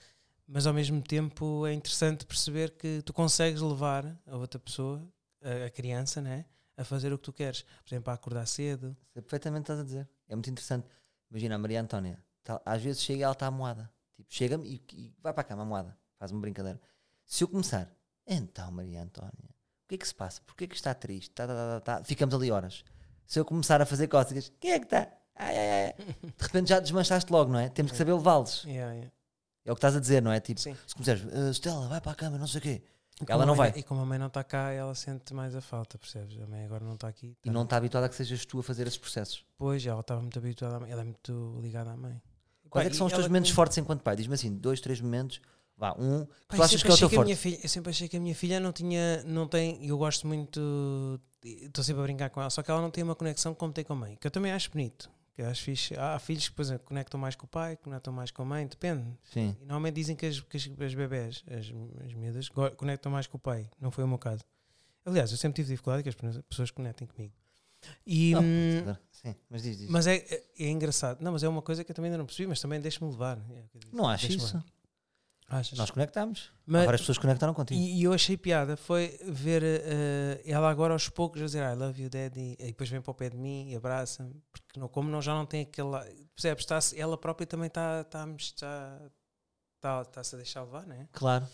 S2: mas ao mesmo tempo é interessante perceber que tu consegues levar a outra pessoa, a, a criança, né, a fazer o que tu queres. Por exemplo, a acordar cedo.
S1: Sei perfeitamente o que estás a dizer. É muito interessante. Imagina, a Maria Antónia, tá- às vezes chega e ela está moada. Tipo, chega-me e, e vai para a cama moada. Faz uma brincadeira. Se eu começar, então, Maria Antónia, o que é que se passa? Porquê que está triste? Tá, tá, tá, tá, tá. Ficamos ali horas. Se eu começar a fazer cócegas, quem é que está? Ai, ai, ai. De repente já desmanchaste logo, não é? Temos que saber levá-los.
S2: Yeah, yeah.
S1: É o que estás a dizer, não é? Tipo,
S2: Sim.
S1: se começares, "Ah, Estela, vai para a cama, não sei o quê.
S2: E
S1: Ela
S2: como a
S1: não é
S2: mãe-
S1: vai.
S2: E como a mãe não está cá, ela sente mais a falta, percebes? A mãe agora não está aqui.
S1: E não está habituada a que sejas tu a fazer esses processos.
S2: Depois, ela estava muito habituada à mãe. Ela é muito ligada à mãe.
S1: Quais
S2: Pá,
S1: é que são
S2: e
S1: os teus
S2: ela
S1: momentos
S2: com-
S1: fortes enquanto pai? Diz-me assim, dois, três momentos. Vá, um que
S2: Pá,
S1: tu
S2: eu
S1: achas
S2: sempre
S1: que é o
S2: achei
S1: teu
S2: a minha
S1: forte.
S2: filha- eu sempre achei que a minha filha não tinha, não tem, eu gosto muito, estou sempre a brincar com ela, só que ela não tem uma conexão como tem com a mãe, que eu também acho bonito. Que eu acho fixe. Há há filhos que, por exemplo, conectam mais com o pai, conectam mais com a mãe, depende.
S1: Sim.
S2: E normalmente dizem que as, que as, as bebés, as, as miúdas, go- conectam mais com o pai. Não foi o meu caso. Aliás, eu sempre tive dificuldade que as pe- pessoas conectem comigo. E,
S1: Não,
S2: hum,
S1: claro. Sim, mas diz, diz.
S2: mas é, é, é engraçado. Não, mas é uma coisa que eu também ainda não percebi, mas também deixa-me levar. É, quer dizer,
S1: não acho
S2: deixa-me
S1: isso.
S2: levar. Achas?
S1: Nós conectámos.
S2: Mas-
S1: Agora as pessoas conectaram contigo.
S2: E, e eu achei piada, foi ver eh, ela agora aos poucos a dizer I love you daddy, e depois vem para o pé de mim e abraça-me, porque não, como não, já não tem aquela. Percebes? Tá ela própria também está tá, tá, tá, tá a deixar levar, né?
S1: Claro.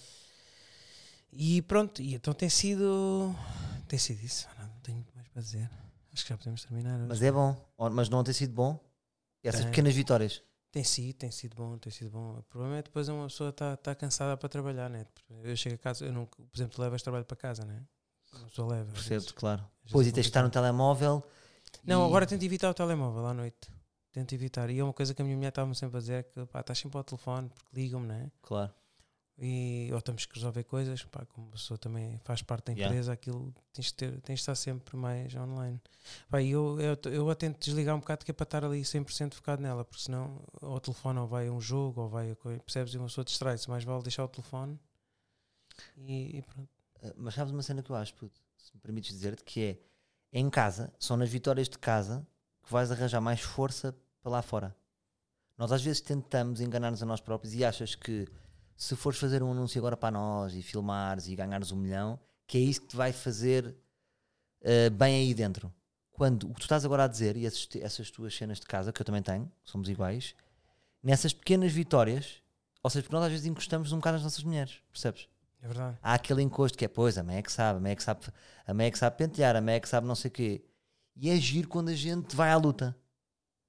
S2: E pronto, e então tem sido. Tem sido isso, não tenho muito mais para dizer. Acho Acho que já podemos terminar.
S1: Mas é bom. Ó, Mas não tem sido bom. Essas
S2: Tem.
S1: pequenas vitórias.
S2: Tem sido, tem sido bom, tem sido bom. O problema é depois uma pessoa está tá cansada para trabalhar, né? Eu chego a casa, eu não, por exemplo, levas trabalho para casa, né? Uma pessoa leva. às
S1: Percebo-te,
S2: vezes.
S1: claro.
S2: vezes
S1: Pois, e
S2: é
S1: tens de estar no telemóvel.
S2: Não,
S1: e-
S2: agora tento evitar o telemóvel à noite. Tento evitar. E é uma coisa que a minha mulher estava-me sempre a dizer: que pá, estás sempre ao telefone porque ligam-me, né?
S1: Claro.
S2: E ou temos que resolver coisas, pá, como a pessoa também faz parte da
S1: Yeah.
S2: empresa, aquilo tens de, ter, tens de estar sempre mais online. Pá, e eu, eu, eu a tento desligar um bocado que é para estar ali 100% focado nela, porque senão ou o telefone ou vai um jogo ou vai a coisa, percebes? E uma pessoa distrai-se, mais vale deixar o telefone e, e pronto.
S1: Ah, Mas sabes uma cena que eu acho, puto, se me permites dizer-te, que é em casa, são nas vitórias de casa que vais arranjar mais força para lá fora. Nós às vezes tentamos enganar-nos a nós próprios e achas que se fores fazer um anúncio agora para nós e filmares e ganhares um milhão, que é isso que te vai fazer ah, bem aí dentro. Quando o que tu estás agora a dizer e esses te- essas tuas cenas de casa, que eu também tenho, somos iguais, nessas pequenas vitórias, ou seja, porque nós às vezes encostamos um bocado nas nossas mulheres, percebes?
S2: É verdade.
S1: há aquele encosto que é, pois, a mãe é que sabe, a mãe é que sabe, a mãe é que sabe pentear, a mãe é que sabe não sei o quê. E é giro quando a gente vai à luta.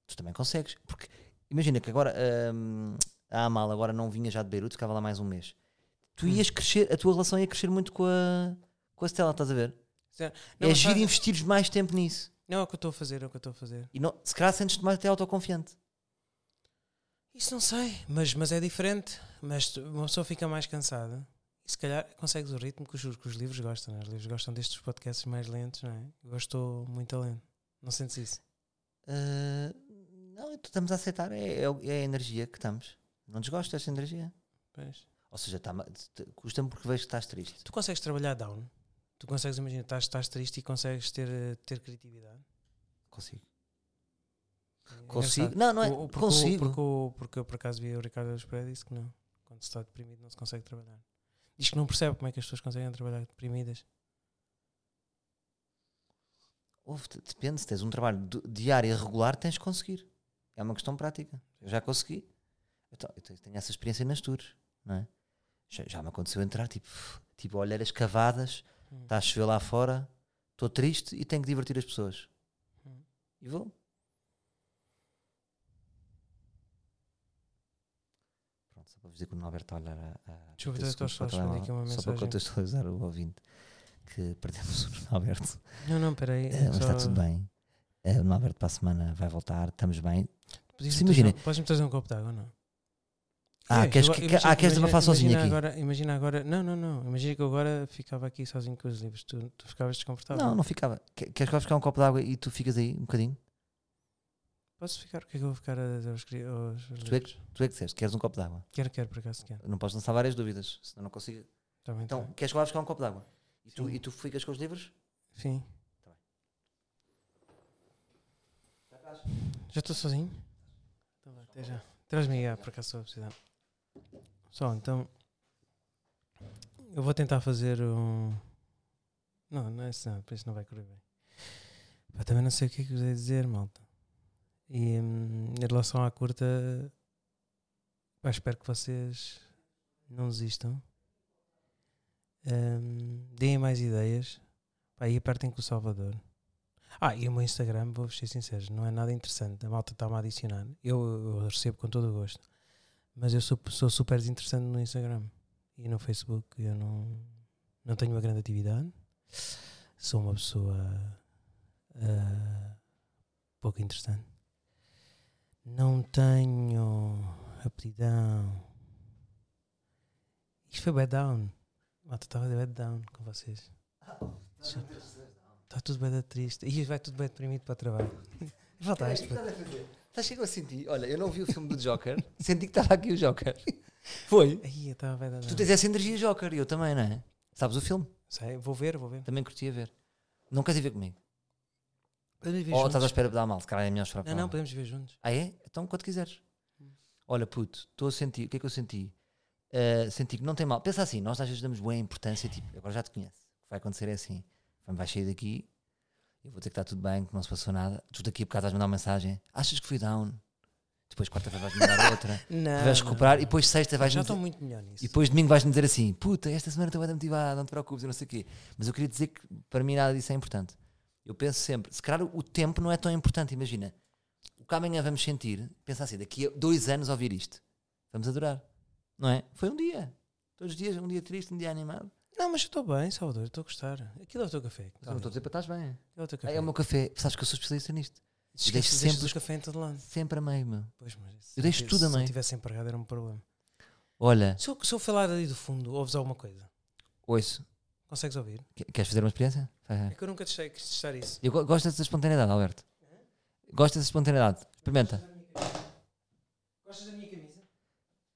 S1: Tu também consegues. Porque imagina que agora hum, a Amal agora não vinha já de Beirute, ficava lá mais um mês. Tu
S2: Hum.
S1: ias crescer, a tua relação ia crescer muito com a, com a Stella, estás a ver?
S2: Não,
S1: é
S2: mas
S1: giro
S2: sabe-
S1: investires mais tempo nisso.
S2: não, é o que eu estou a fazer, é o que eu estou a fazer.
S1: E não, se calhar sentes-te mais até autoconfiante.
S2: Isso não sei, mas, mas é diferente. Mas tu- uma pessoa fica mais cansada e se calhar consegues o ritmo que os, que os livros gostam. Né? Os livros gostam destes podcasts mais lentos, não é? Eu estou muito lento. Não sentes isso?
S1: Ah, não, estamos a aceitar, é, é, é a energia que estamos. Não desgosto dessa energia.
S2: Pois.
S1: Ou seja, tá- custa-me porque vejo que estás triste.
S2: Tu consegues trabalhar down? Tu consegues, imagina, estás, estás triste e consegues ter, eh, ter criatividade?
S1: Consigo.
S2: É
S1: Consigo?
S2: engraçado.
S1: Não, não é.
S2: O- o- porque o-
S1: consigo.
S2: Porque, o- porque eu por acaso vi o Ricardo Espera disse que não. Quando se está deprimido não se consegue trabalhar. Diz que não percebe como é que as pessoas conseguem trabalhar deprimidas.
S1: Ouve, te- depende, se tens um trabalho du- diário e regular, tens de conseguir. É uma questão prática. Eu já consegui. Eu, to- eu te- tenho essa experiência nas tours, não é? Já, já me aconteceu entrar, tipo, tipo olheiras cavadas,
S2: Hum.
S1: está a chover lá fora, estou triste e tenho que divertir as pessoas.
S2: Hum.
S1: E vou. Pronto, só para vos dizer que o Norberto está a olhar a. a
S2: Deixa
S1: 30
S2: eu ver
S1: segundos
S2: se estás
S1: para o
S2: a responder
S1: telemóvel,
S2: aqui uma
S1: Só para
S2: mensagem.
S1: contextualizar o ouvinte que perdemos o Norberto.
S2: Não, não, peraí.
S1: Eh, mas está
S2: só-
S1: tudo bem. Eh, o Norberto para a semana vai voltar, estamos bem.
S2: Podias
S1: Sim,
S2: me trazer-
S1: imagina.
S2: Podes-me trazer um copo de água, não?
S1: Ah,
S2: É,
S1: queres
S2: eu-
S1: que,
S2: imagina-
S1: ah, queres que eu
S2: imagina-
S1: faça sozinho
S2: imagina
S1: aqui?
S2: Agora, imagina agora. Não, não, não. Imagina que eu agora ficava aqui sozinho com os livros. Tu, tu ficavas desconfortável.
S1: Não, não ficava. Que- Queres que eu vá buscar um copo de água e tu ficas aí um bocadinho?
S2: Posso ficar? O que é que eu vou ficar a dizer aos, cri- aos aos
S1: Tu é,
S2: livros?
S1: que- tu é que disseste, queres um copo de água?
S2: Quero, quero, por acaso quero.
S1: Não podes lançar várias dúvidas, senão não consigo.
S2: Tá bem,
S1: Então,
S2: então.
S1: queres que eu vá buscar um copo de água? E tu,
S2: Sim.
S1: e tu ficas com os livros?
S2: Sim.
S1: Tá
S2: Já estou sozinho? Então vá, até já. Traz-me aí, ah, por acaso estou a precisar. Só, então. Eu vou tentar fazer um. Não, não é isso não, por isso não vai correr bem. Pá, também não sei o que é que vos hei de dizer, malta. E hum, em relação à curta, pá, espero que vocês não desistam. Hum, deem mais ideias. Pá, e apertem com o Salvador. Ah, e o meu Instagram, vou-vos ser sincero, não é nada interessante. A malta está-me a adicionar. Eu, eu recebo com todo o gosto. Mas eu sou, sou super desinteressante no Instagram e no Facebook. Eu não, não tenho uma grande atividade. Sou uma pessoa ah, pouco interessante. Não tenho aptidão. Isto foi bad down. Malta, estava de bad down com vocês. Está tudo bem triste. E vai tudo bem deprimido para o trabalho. Voltaste. puto.
S1: Estás chegou a sentir? Olha, eu não vi o filme do Joker, senti que estava aqui o Joker. Foi.
S2: Aí eu estava bem
S1: Tu tens essa energia Joker e eu também, não é? Sabes o filme?
S2: Sei, vou ver, vou ver.
S1: Também curtia ver. Não queres ir ver comigo?
S2: Podemos ver
S1: Ou
S2: juntos.
S1: Oh, estás à espera de dar mal? Se calhar é melhor esperar para
S2: Não,
S1: dar
S2: não,
S1: mal.
S2: podemos ver juntos.
S1: Ah é? Então quando quiseres. Olha, puto, estou a sentir, o que é que eu senti? Ah, senti que não tem mal. Pensa assim, nós às vezes damos boa importância, tipo, agora já te conheço. O que vai acontecer é assim. vai- Vais sair daqui, eu vou dizer que está tudo bem, que não se passou nada. Tu daqui a bocado vais mandar uma mensagem. Achas que fui down? Depois quarta-feira vais mandar outra.
S2: Não.
S1: vais recuperar e depois sexta vais
S2: Já
S1: me
S2: estou
S1: dizer,
S2: muito melhor nisso.
S1: e depois domingo vais-me dizer assim, puta, esta semana estou bem motivado, não te preocupes, eu não sei o quê. Mas eu queria dizer que para mim nada disso é importante. Eu penso sempre, se calhar o tempo não é tão importante, imagina. O que amanhã vamos sentir, pensa assim, daqui a dois anos ouvir isto, vamos adorar, não é? Foi um dia, todos os dias, um dia triste, um dia animado.
S2: Não, mas eu estou bem, Salvador, estou a gostar. Aquilo é o teu café.
S1: Mas eu não estou a dizer para estás bem.
S2: É o teu
S1: Ah,
S2: café.
S1: É o meu café, sabes que eu sou especialista nisto. deixo
S2: Esqueces- deixas
S1: sempre
S2: o
S1: os-
S2: café em todo lado.
S1: Sempre a meio, meu.
S2: Pois, mas se
S1: Eu deixo
S2: não tivesse-
S1: tudo a
S2: Se não
S1: meio.
S2: tivesse empregado era um problema.
S1: Olha,
S2: Se eu, se eu falar ali do fundo, ouves alguma coisa?
S1: ouço,
S2: Consegues ouvir?
S1: que- queres fazer uma experiência? Faz, faz.
S2: É que eu nunca deixei que testar isso.
S1: Eu go- gosto dessa espontaneidade, Alberto. Gosto dessa espontaneidade. Experimenta.
S2: Gostas da minha camisa?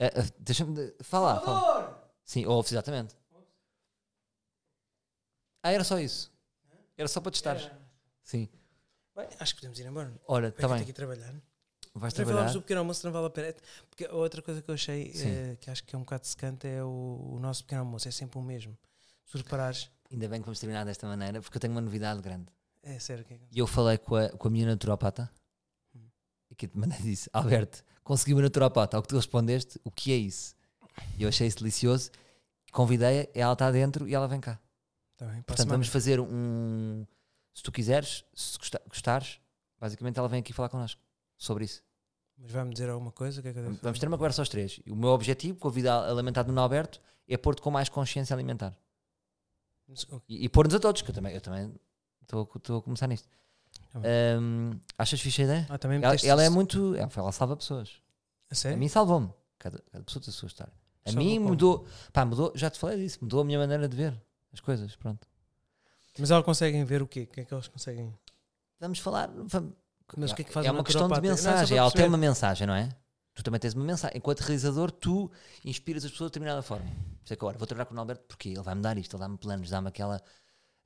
S1: Ah, ah, Deixa-me. de- Fala, fala. Sim, ouve exatamente. Ah, era só isso. Era só para testares. Sim.
S2: Bem, acho que podemos ir embora.
S1: Ora,
S2: Tá
S1: está
S2: bem.
S1: bem.
S2: que trabalhar.
S1: Vais
S2: Já falámos
S1: trabalhar.
S2: do pequeno almoço, não vale a pena. Porque a outra coisa que eu achei
S1: Sim.
S2: eh, que acho que é um bocado secante é o, o nosso pequeno almoço. É sempre o mesmo. Se reparares,
S1: Ainda bem que vamos terminar desta maneira, porque eu tenho uma novidade grande.
S2: é sério. Que é que-
S1: E eu falei com a, com a minha naturopata
S2: Hum.
S1: e que te mandei disse: Alberto, consegui uma naturopata. Ao que tu respondeste, o que é isso? E eu achei isso delicioso. Convidei-a, ela está dentro e ela vem cá.
S2: Tá bem, para a
S1: Portanto,
S2: semana.
S1: vamos fazer um. Se tu quiseres, se gosta- gostares, basicamente ela vem aqui falar connosco sobre isso.
S2: Mas vai-me dizer alguma coisa? O que é que eu devo
S1: Vamos
S2: fazer?
S1: ter uma conversa aos três. E o meu objetivo, convidar a alimentar no Alberto, é pôr-te com mais consciência alimentar.
S2: Mas, ok,
S1: E, e pôr-nos a todos, que eu também estou também estou a- estou a começar nisto.
S2: Tá
S1: Ahm, achas fixe a ideia?
S2: Ah, também
S1: Ela,
S2: meteste-
S1: ela é muito. Ela, ela salva pessoas. A
S2: A sério?
S1: mim salvou-me. Cada, cada pessoa tem a sua história. A
S2: Salvou
S1: mim
S2: É? como?
S1: mudou. Pá, mudou. Já te falei disso. Mudou a minha maneira de ver as coisas. Pronto.
S2: Mas elas conseguem ver o quê? O que é que elas conseguem?
S1: Vamos falar. Vamos,
S2: Mas o que é que faz
S1: é
S2: um
S1: uma questão de
S2: naturopata? Não, só para
S1: mensagem. Ela tem
S2: perceber.
S1: uma mensagem, não é? Tu também tens uma mensagem. Enquanto realizador, tu inspiras as pessoas de determinada forma. Por isso é que agora vou trabalhar com o Alberto porque ele vai-me dar isto, ele dá-me planos, dá-me aquela,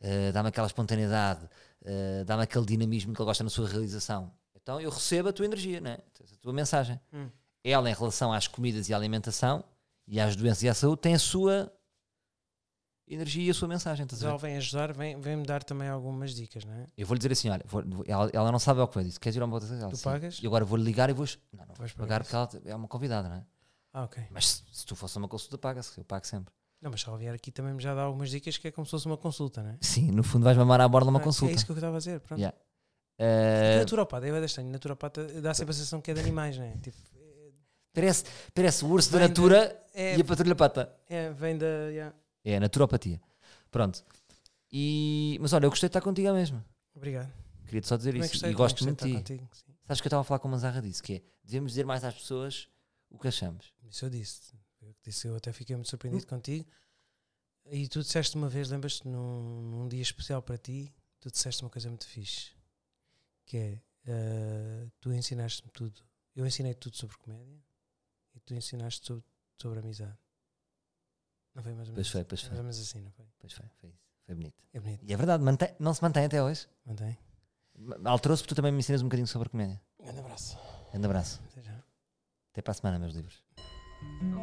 S1: eh, dá-me aquela espontaneidade, eh, dá-me aquele dinamismo que ele gosta na sua realização. Então eu recebo a tua energia, não é? a tua mensagem.
S2: Hum.
S1: Ela, em relação às comidas e à alimentação e às doenças e à saúde, tem a sua energia e a sua mensagem. estás
S2: Mas
S1: a ver?
S2: ela vem ajudar, vem- vem-me dar também algumas dicas, não é?
S1: Eu vou lhe dizer assim: olha, vou- vou- ela, ela não sabe o que foi disse. Queres ir a um uma outra coisa? Ela,
S2: Tu
S1: sim.
S2: pagas?
S1: E agora vou lhe ligar e vou. Não, não
S2: Vais
S1: vais
S2: pagar
S1: pagar porque ela é uma convidada, não é?
S2: Ah, ok.
S1: Mas se, se tu fosse uma consulta, paga-se. Eu pago sempre.
S2: Não, mas se ela vier aqui também me já dá algumas dicas que é como se fosse uma consulta, não é?
S1: Sim, no fundo vais mamar à borda uma
S2: Ah,
S1: consulta.
S2: É isso que eu estava a dizer, pronto. É
S1: Yeah. Eh,
S2: Naturopata, eu acho estranho. Naturopata dá sempre a sensação que é de animais, não é? Tipo,
S1: parece, parece o urso da
S2: Vem de-
S1: natura
S2: é,
S1: e a patrulha pata.
S2: é, vem da. yeah.
S1: É, a naturopatia. Pronto. E, mas olha, eu gostei de estar contigo mesmo.
S2: Obrigado.
S1: Queria-te só dizer
S2: Também
S1: isso.
S2: gostei,
S1: e
S2: também
S1: gosto
S2: gostei
S1: muito de ti.
S2: estar contigo. Sim.
S1: Sabes que eu estava a falar com o Manzarra disso, que é devemos dizer mais às pessoas o que achamos.
S2: Isso eu disse. Eu que disse, eu até fiquei muito surpreendido contigo. E tu disseste uma vez, lembras-te, num, num dia especial para ti, tu disseste uma coisa muito fixe. Que é, ah, tu ensinaste-me tudo. Eu ensinei tudo sobre comédia e tu ensinaste sobre, sobre amizade. Não foi mais ou menos
S1: Pois foi, pois
S2: mais
S1: foi.
S2: ou menos assim, não foi?
S1: Pois foi, foi isso. Foi bonito.
S2: É bonito,
S1: E é verdade, mantém- não se mantém até hoje.
S2: não tem?
S1: Alterou-se porque tu também me ensinas um bocadinho sobre comédia.
S2: Um grande abraço.
S1: Grande abraço.
S2: Até já.
S1: Até para a semana, meus livros.
S3: Oh,